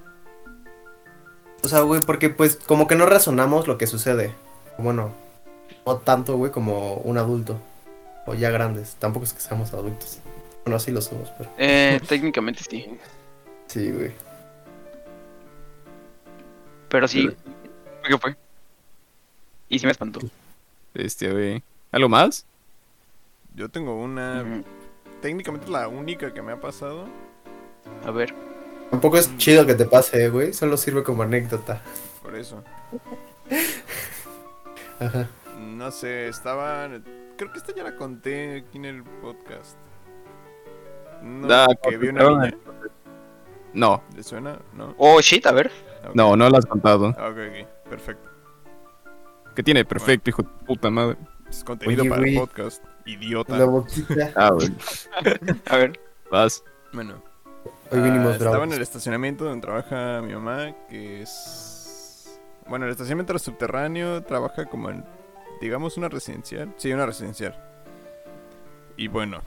Speaker 4: O sea, güey, porque pues como que no razonamos lo que sucede. Bueno, no tanto, güey, como un adulto. O ya grandes. Tampoco es que seamos adultos. Bueno, sí lo somos, pero...
Speaker 1: [laughs]
Speaker 2: Eh, técnicamente sí.
Speaker 4: Sí, güey.
Speaker 2: Pero sí. ¿Qué fue? Y sí me espantó.
Speaker 1: Este, güey. ¿Algo más?
Speaker 3: Yo tengo una.
Speaker 2: Ujú.
Speaker 3: Técnicamente es la única que me ha pasado.
Speaker 2: A ver.
Speaker 4: Tampoco
Speaker 3: Mm.
Speaker 4: es chido que te pase, güey. Solo sirve como anécdota.
Speaker 3: Por eso.
Speaker 4: Ajá.
Speaker 3: No sé, estaba. Creo que esta ya la conté aquí en el podcast. No,
Speaker 1: Ah,
Speaker 3: que vi una
Speaker 1: contaron
Speaker 3: niña.
Speaker 1: No,
Speaker 3: ¿Le suena? No.
Speaker 2: Oh, shit, a ver.
Speaker 3: Ok.
Speaker 1: no, no lo has contado.
Speaker 3: Ah, Ok, ok, perfecto.
Speaker 1: Que tiene perfecto, hijo de puta madre.
Speaker 3: Es contenido
Speaker 4: Oye,
Speaker 3: para el
Speaker 4: güey.
Speaker 3: podcast. Idiota.
Speaker 4: La boquita.
Speaker 1: Ah, güey.
Speaker 2: A ver.
Speaker 1: Vas.
Speaker 3: Bueno.
Speaker 4: Hoy
Speaker 3: Ah,
Speaker 4: vinimos
Speaker 3: Estaba en
Speaker 4: bravos.
Speaker 3: el estacionamiento donde trabaja mi mamá, que es... Bueno, el estacionamiento era subterráneo, trabaja como en, digamos, una residencial. Sí, una residencial. Y bueno.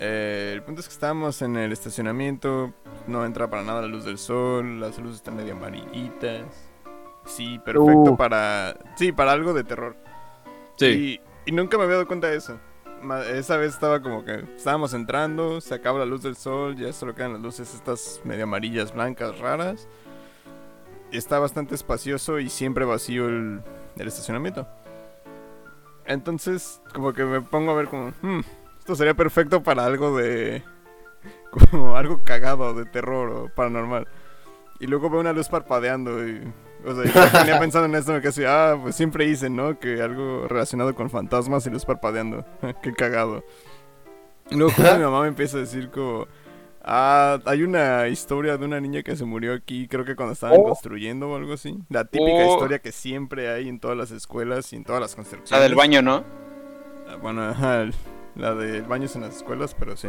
Speaker 3: eh, el punto es que estábamos en el estacionamiento, no entra para nada la luz del sol, las luces están medio amarillitas. Sí, perfecto
Speaker 1: Uh.
Speaker 3: para... Sí, para algo de terror.
Speaker 1: Sí.
Speaker 3: Y, y nunca me había dado cuenta de eso. Ma- Esa vez estaba como que estábamos entrando, se acaba la luz del sol, ya solo quedan las luces estas medio amarillas, blancas, raras. Está bastante espacioso y siempre vacío el, el estacionamiento. Entonces, como que me pongo a ver como, "Hmm, esto sería perfecto para algo de... como [laughs] algo cagado, de terror o paranormal. Y luego veo una luz parpadeando y... O sea,
Speaker 2: [laughs]
Speaker 3: yo tenía pensando en esto, me quedé así, ah, pues siempre dicen, ¿no? Que algo relacionado con fantasmas y luz parpadeando. [laughs] Qué cagado. Y luego justo
Speaker 2: [laughs]
Speaker 3: mi mamá me empieza a decir como, ah, hay una historia de una niña que se murió aquí, creo que cuando estaban construyendo o algo así. La típica
Speaker 2: Oh.
Speaker 3: historia que siempre hay en todas las escuelas y en todas las construcciones.
Speaker 2: La del baño, ¿no?
Speaker 3: Ah, Bueno, ajá, el- la del baño es en las escuelas, pero sí.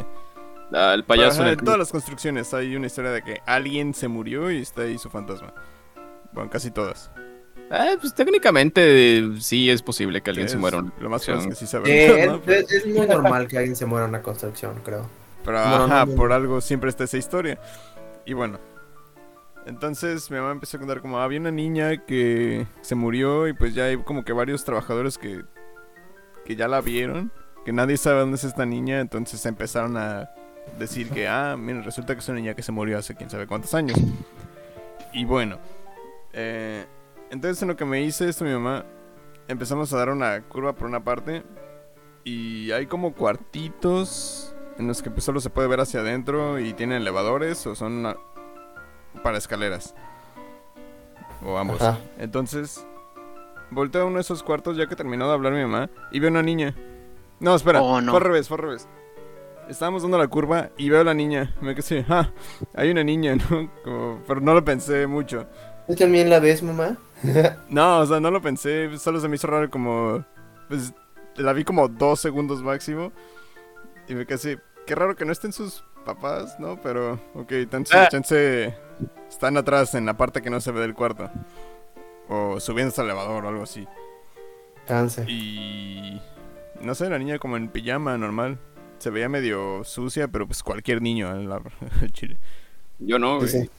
Speaker 1: Ah, el
Speaker 3: Pero,
Speaker 1: payaso
Speaker 3: ajá,
Speaker 1: en el
Speaker 3: en todas las construcciones hay una historia de que alguien se murió y está ahí su fantasma. Bueno, casi todas.
Speaker 1: Eh, pues técnicamente eh, sí es posible que alguien
Speaker 3: Es-
Speaker 1: se muera. en una
Speaker 3: Lo más probable es que
Speaker 1: acción.
Speaker 3: sí se habrá
Speaker 4: Eh,
Speaker 3: muerto, ¿no?
Speaker 4: es,
Speaker 3: Pero,
Speaker 4: es- es [laughs] muy normal que alguien se muera en una construcción, creo.
Speaker 3: pero,
Speaker 4: no,
Speaker 3: ajá,
Speaker 4: no, no.
Speaker 3: por algo siempre está esa historia. Y bueno. Entonces mi mamá empezó a contar como había una niña que se murió y pues ya hay como que varios trabajadores que, que ya la vieron, que nadie sabe dónde es esta niña, entonces empezaron a decir que, ah, miren, resulta que es una niña que se murió hace quién sabe cuántos años. Y bueno, eh, entonces en lo que me hice esto mi mamá, empezamos a dar una curva por una parte y hay como cuartitos en los que pues, solo se puede ver hacia adentro y tienen elevadores o son una- para escaleras. O ambos.
Speaker 5: Ajá.
Speaker 3: Entonces, volteo a uno de esos cuartos ya que terminó de hablar mi mamá y veo una niña. No, espera,
Speaker 2: Oh, no.
Speaker 3: fue al revés, fue al revés. Estábamos dando la curva y veo a la niña. Me quedé así, ah, hay una niña, [laughs] ¿no? Como- pero no lo pensé mucho.
Speaker 4: ¿Tú también la ves, mamá?
Speaker 3: No, o sea, no lo pensé, solo se me hizo raro como... Pues la vi como dos segundos máximo. Y me quedé así, qué raro que no estén sus papás, ¿no? Pero, ok, tan
Speaker 2: Ah.
Speaker 3: chance están atrás en la parte que no se ve del cuarto. O subiendo al elevador o algo así.
Speaker 4: Cáncer.
Speaker 3: Y... No sé, la niña como en pijama normal. Se veía medio sucia, pero pues cualquier niño en la [laughs] al chile.
Speaker 1: Yo no, güey.
Speaker 4: Sí.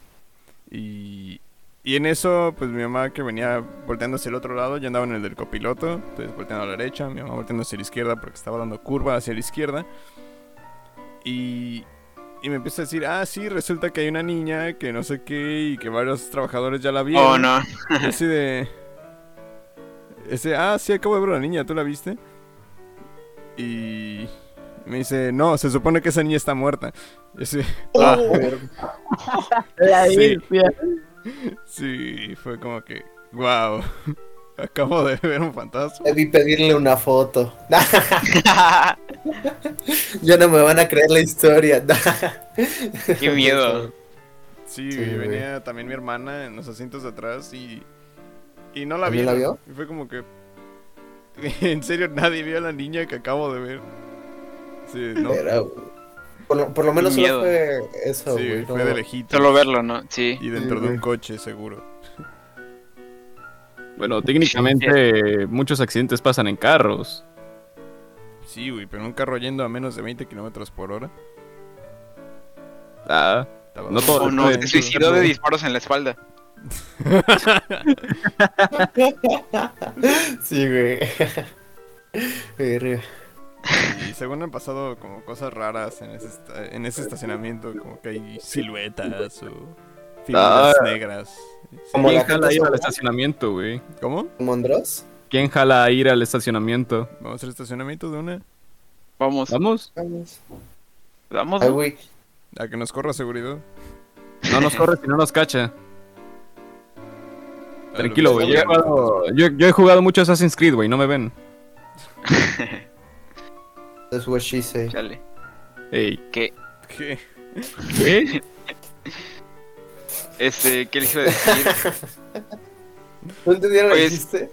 Speaker 3: Y, y en eso, pues mi mamá que venía volteando hacia el otro lado, yo andaba en el del copiloto, entonces volteando a la derecha, mi mamá volteando hacia la izquierda porque estaba dando curva hacia la izquierda. Y, y me empieza a decir, ah, sí, resulta que hay una niña que no sé qué y que varios trabajadores ya la vieron.
Speaker 2: Oh, no. [laughs]
Speaker 3: Y Así de. Ese, ah, sí, acabo de ver a la niña, ¿tú la viste? Y. Me dice, no, se supone que esa niña está muerta. Y así, ah,
Speaker 6: La
Speaker 3: Sí.
Speaker 6: Virgen.
Speaker 3: Sí, fue como que, wow, [laughs] acabo de ver un fantasma.
Speaker 4: Debí pedirle una foto. [laughs] ya no me van a creer la historia. [laughs]
Speaker 2: Qué miedo.
Speaker 3: Sí,
Speaker 4: Sí,
Speaker 3: y
Speaker 4: güey.
Speaker 3: venía también mi hermana en los asientos de atrás y, y no la vi.
Speaker 4: ¿También la vio?
Speaker 3: Y fue como que, [laughs] en serio, nadie vio a la niña que acabo de ver. Sí, no,
Speaker 4: Pero, por, lo, por lo menos
Speaker 2: miedo.
Speaker 4: solo fue eso,
Speaker 3: sí,
Speaker 4: güey.
Speaker 3: fue
Speaker 4: no-
Speaker 3: de lejito
Speaker 2: Solo verlo, ¿no? Sí.
Speaker 3: y dentro de un
Speaker 4: güey.
Speaker 3: coche, seguro.
Speaker 1: Bueno, técnicamente muchos accidentes pasan en carros.
Speaker 3: Sí, güey, pero un carro yendo a menos de 20 kilómetros por hora.
Speaker 1: Ah,
Speaker 3: estaba-
Speaker 1: No todo-
Speaker 2: Oh, no, se
Speaker 1: Sí.
Speaker 2: suicidó de disparos en la espalda.
Speaker 4: Sí, güey. [laughs] Verga.
Speaker 3: Y según han pasado como cosas raras en ese, esta- en ese estacionamiento, como que hay siluetas o figuras negras. Sí.
Speaker 4: Como
Speaker 1: ¿Quién
Speaker 4: la gente
Speaker 1: jala ir
Speaker 4: sola.
Speaker 1: al estacionamiento, güey?
Speaker 3: ¿Cómo?
Speaker 4: ¿Mondros?
Speaker 1: ¿Quién jala ir al estacionamiento?
Speaker 3: Vamos al estacionamiento de una.
Speaker 2: Vamos,
Speaker 1: ¿Vamos?
Speaker 4: Vamos.
Speaker 2: vamos.
Speaker 4: Ay, güey.
Speaker 3: A que nos corra seguridad.
Speaker 1: No nos corre si no nos cacha.
Speaker 3: A lo
Speaker 1: Tranquilo,
Speaker 3: que
Speaker 1: güey. Yo, he
Speaker 3: sea.
Speaker 1: jugado- yo- yo he jugado mucho Assassin's Creed, güey. No me ven.
Speaker 4: That's what she
Speaker 2: [laughs]
Speaker 4: say.
Speaker 2: Chale.
Speaker 1: Ey.
Speaker 3: ¿Qué?
Speaker 1: ¿Qué? [laughs]
Speaker 2: Este, ¿qué les iba a decir?
Speaker 4: ¿No entendieron el
Speaker 2: Pues-
Speaker 4: chiste?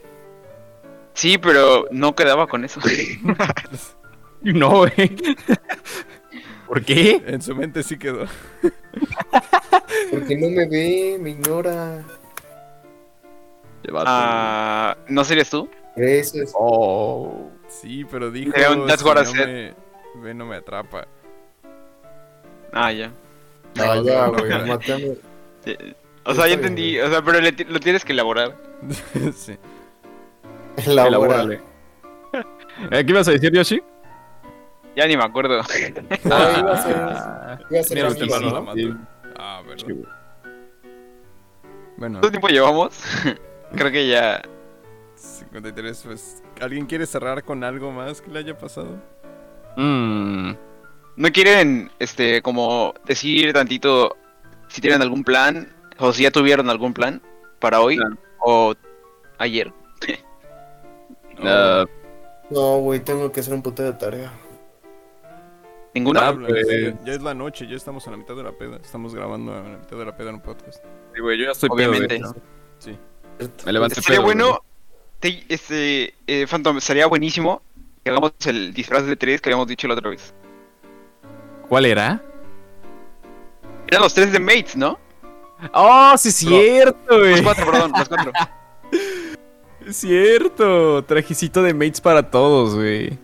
Speaker 2: Sí, pero no quedaba con eso.
Speaker 1: [laughs] No, güey. [laughs] ¿Por
Speaker 3: [laughs]
Speaker 1: qué?
Speaker 3: En su mente sí quedó.
Speaker 4: Porque no me ve, me ignora.
Speaker 2: Ah, ¿No serías tú?
Speaker 4: Eso es.
Speaker 1: Oh.
Speaker 3: Sí, pero dijo.
Speaker 2: Era un- that's
Speaker 3: si
Speaker 2: what I
Speaker 3: no
Speaker 2: said.
Speaker 3: me ve, no me atrapa. [laughs]
Speaker 2: Ah, ya.
Speaker 4: Ah,
Speaker 3: no,
Speaker 4: ya,
Speaker 3: no,
Speaker 4: güey.
Speaker 3: no.
Speaker 4: matame.
Speaker 2: O sea,
Speaker 4: Está
Speaker 2: ya
Speaker 4: bien,
Speaker 2: entendí. O sea, pero le ti- lo tienes que elaborar.
Speaker 3: sí.
Speaker 4: Elabora.
Speaker 1: Elabórale. [laughs] Eh, ¿Qué ibas a decir, Yoshi?
Speaker 2: Ya ni me acuerdo.
Speaker 1: Ah.
Speaker 4: No,
Speaker 3: Ah.
Speaker 4: Ah, iba a ser- iba a ser
Speaker 1: Mira,
Speaker 4: lo
Speaker 1: los
Speaker 3: sí,
Speaker 4: mismo.
Speaker 1: hermanos,
Speaker 3: sí,
Speaker 1: ¿no?
Speaker 3: sí.
Speaker 1: Sí.
Speaker 3: Ah, verdad.
Speaker 1: Sí, güey.
Speaker 3: Bueno,
Speaker 2: ¿Cuánto
Speaker 1: [laughs]
Speaker 2: tiempo llevamos? Creo que ya.
Speaker 3: 53, pues. ¿Alguien quiere cerrar con algo más que le haya pasado?
Speaker 1: [laughs] Mm,
Speaker 2: ¿No quieren, este, como decir tantito si tienen algún plan o si ya tuvieron algún plan para hoy
Speaker 1: Claro.
Speaker 2: o ayer? [laughs]
Speaker 1: ah,
Speaker 4: No, güey, tengo que hacer un puto de tarea.
Speaker 2: ¿Ninguno?
Speaker 1: Ah,
Speaker 3: Hablan, sí,
Speaker 1: pues-
Speaker 3: Ya es la noche, ya estamos a la mitad de la peda. Estamos grabando a la mitad de la peda en un podcast.
Speaker 1: sí, güey, yo ya estoy pedo,
Speaker 2: Obviamente.
Speaker 1: güey.
Speaker 4: ¿Cierto?
Speaker 1: Me levanté
Speaker 2: Sería
Speaker 1: pedo,
Speaker 2: bueno, te- este, eh, Phantom, sería buenísimo que hagamos el disfraz de tres que habíamos dicho la otra vez.
Speaker 1: güey. ¿Cuál era?
Speaker 2: Eran los tres de Mates, ¿no?
Speaker 1: ¡Oh, sí es
Speaker 3: Bro.
Speaker 1: cierto,
Speaker 2: Los
Speaker 1: güey!
Speaker 2: cuatro, perdón, los cuatro.
Speaker 1: Es cierto. Trajecito de mates para todos, güey.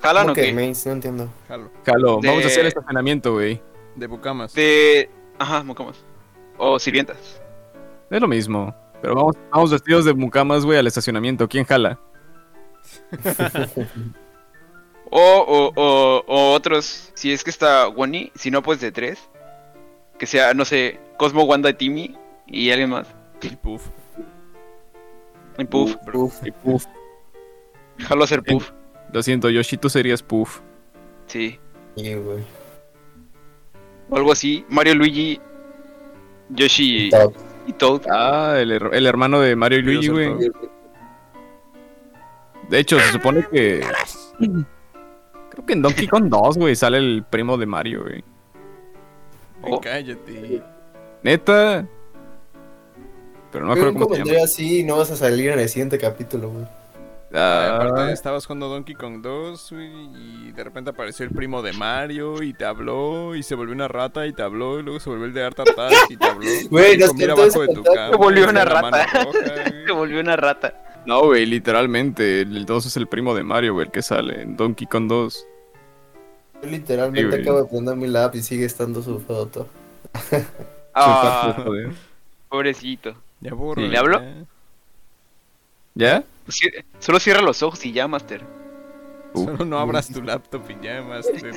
Speaker 2: ¿Jalan
Speaker 4: ¿Cómo
Speaker 2: o
Speaker 4: que
Speaker 2: qué?
Speaker 4: Mains? No entiendo.
Speaker 3: Jalo.
Speaker 1: Jalo,
Speaker 2: De-
Speaker 1: vamos a hacer estacionamiento, güey.
Speaker 3: De Bucamas.
Speaker 2: De... Este, Ajá, mucamas. O sirvientas.
Speaker 1: Es lo mismo. Pero vamos, vamos vestidos de mucamas, güey, al estacionamiento. ¿Quién jala?
Speaker 2: O, o, o, o otros, si es que está Wani, si no, pues de tres. Que sea, no sé, Cosmo, Wanda y Timmy. y alguien más.
Speaker 3: Y puff.
Speaker 2: Y puff.
Speaker 4: uh,
Speaker 3: Puff.
Speaker 1: Puff.
Speaker 2: Jalo a ser puff.
Speaker 1: Lo siento, Yoshi, tú serías Puff.
Speaker 2: Sí.
Speaker 4: Sí, güey.
Speaker 2: O algo así. Mario, Luigi, Yoshi y,
Speaker 5: Top.
Speaker 2: y Toad.
Speaker 1: Ah, el, her- el hermano de Mario y
Speaker 3: Yo
Speaker 1: Luigi,
Speaker 3: soy
Speaker 1: güey. De hecho, se supone que. Creo que en Donkey Kong 2, güey, sale el primo de Mario, güey.
Speaker 2: Oh.
Speaker 3: Cállate.
Speaker 1: Neta. Pero no me
Speaker 5: Pero
Speaker 1: acuerdo
Speaker 5: un
Speaker 1: cómo se
Speaker 5: comentario
Speaker 1: llama.
Speaker 5: así y no vas a salir en el siguiente capítulo, güey.
Speaker 3: Aparte,
Speaker 1: Ah,
Speaker 3: estabas jugando Donkey Kong 2, güey, y de repente apareció el primo de Mario y te habló, y se volvió una rata y te habló, y luego se volvió el de Art Attack y
Speaker 2: [laughs]
Speaker 3: te habló.
Speaker 5: Güey,
Speaker 3: y
Speaker 5: nos
Speaker 3: comía
Speaker 5: contó
Speaker 3: abajo
Speaker 5: ese
Speaker 3: de tu
Speaker 5: fantasma.
Speaker 3: cama,
Speaker 2: Se volvió
Speaker 3: y
Speaker 2: una
Speaker 3: la mano
Speaker 2: rata.
Speaker 3: roja,
Speaker 2: [laughs] Se
Speaker 3: güey.
Speaker 2: volvió una rata.
Speaker 1: no, güey, literalmente. El 2 es el primo de Mario, güey, el que sale en Donkey Kong 2.
Speaker 5: Yo
Speaker 1: Sí,
Speaker 5: literalmente
Speaker 1: güey.
Speaker 5: acabo de prender mi lap y sigue estando su foto.
Speaker 2: Ah, pobrecito.
Speaker 3: Ya ¿eh? borro.
Speaker 2: ¿Le hablo?
Speaker 1: ¿Ya?
Speaker 2: Cier- Pues Solo cierra los ojos y ya, Master. [laughs]
Speaker 1: Uh.
Speaker 3: Solo no abras tu laptop y ya, Master.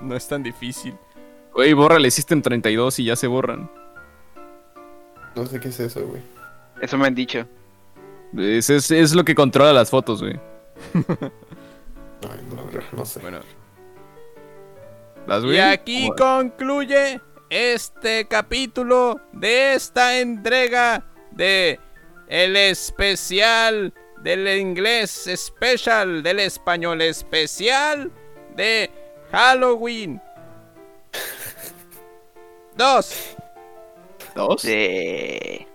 Speaker 3: No es tan difícil.
Speaker 1: Güey, bórrale System 32 y ya se borran.
Speaker 5: No sé qué es eso, güey.
Speaker 2: Eso me han dicho.
Speaker 1: Es, es, es lo que controla las fotos, güey.
Speaker 5: Ay, no, bro, no sé.
Speaker 3: Bueno,
Speaker 1: Las, güey.
Speaker 3: y aquí
Speaker 1: como-
Speaker 3: concluye este capítulo de esta entrega de el especial del inglés especial del español especial de
Speaker 1: [laughs]
Speaker 3: Halloween 2
Speaker 1: ¿Dos?
Speaker 2: Sí.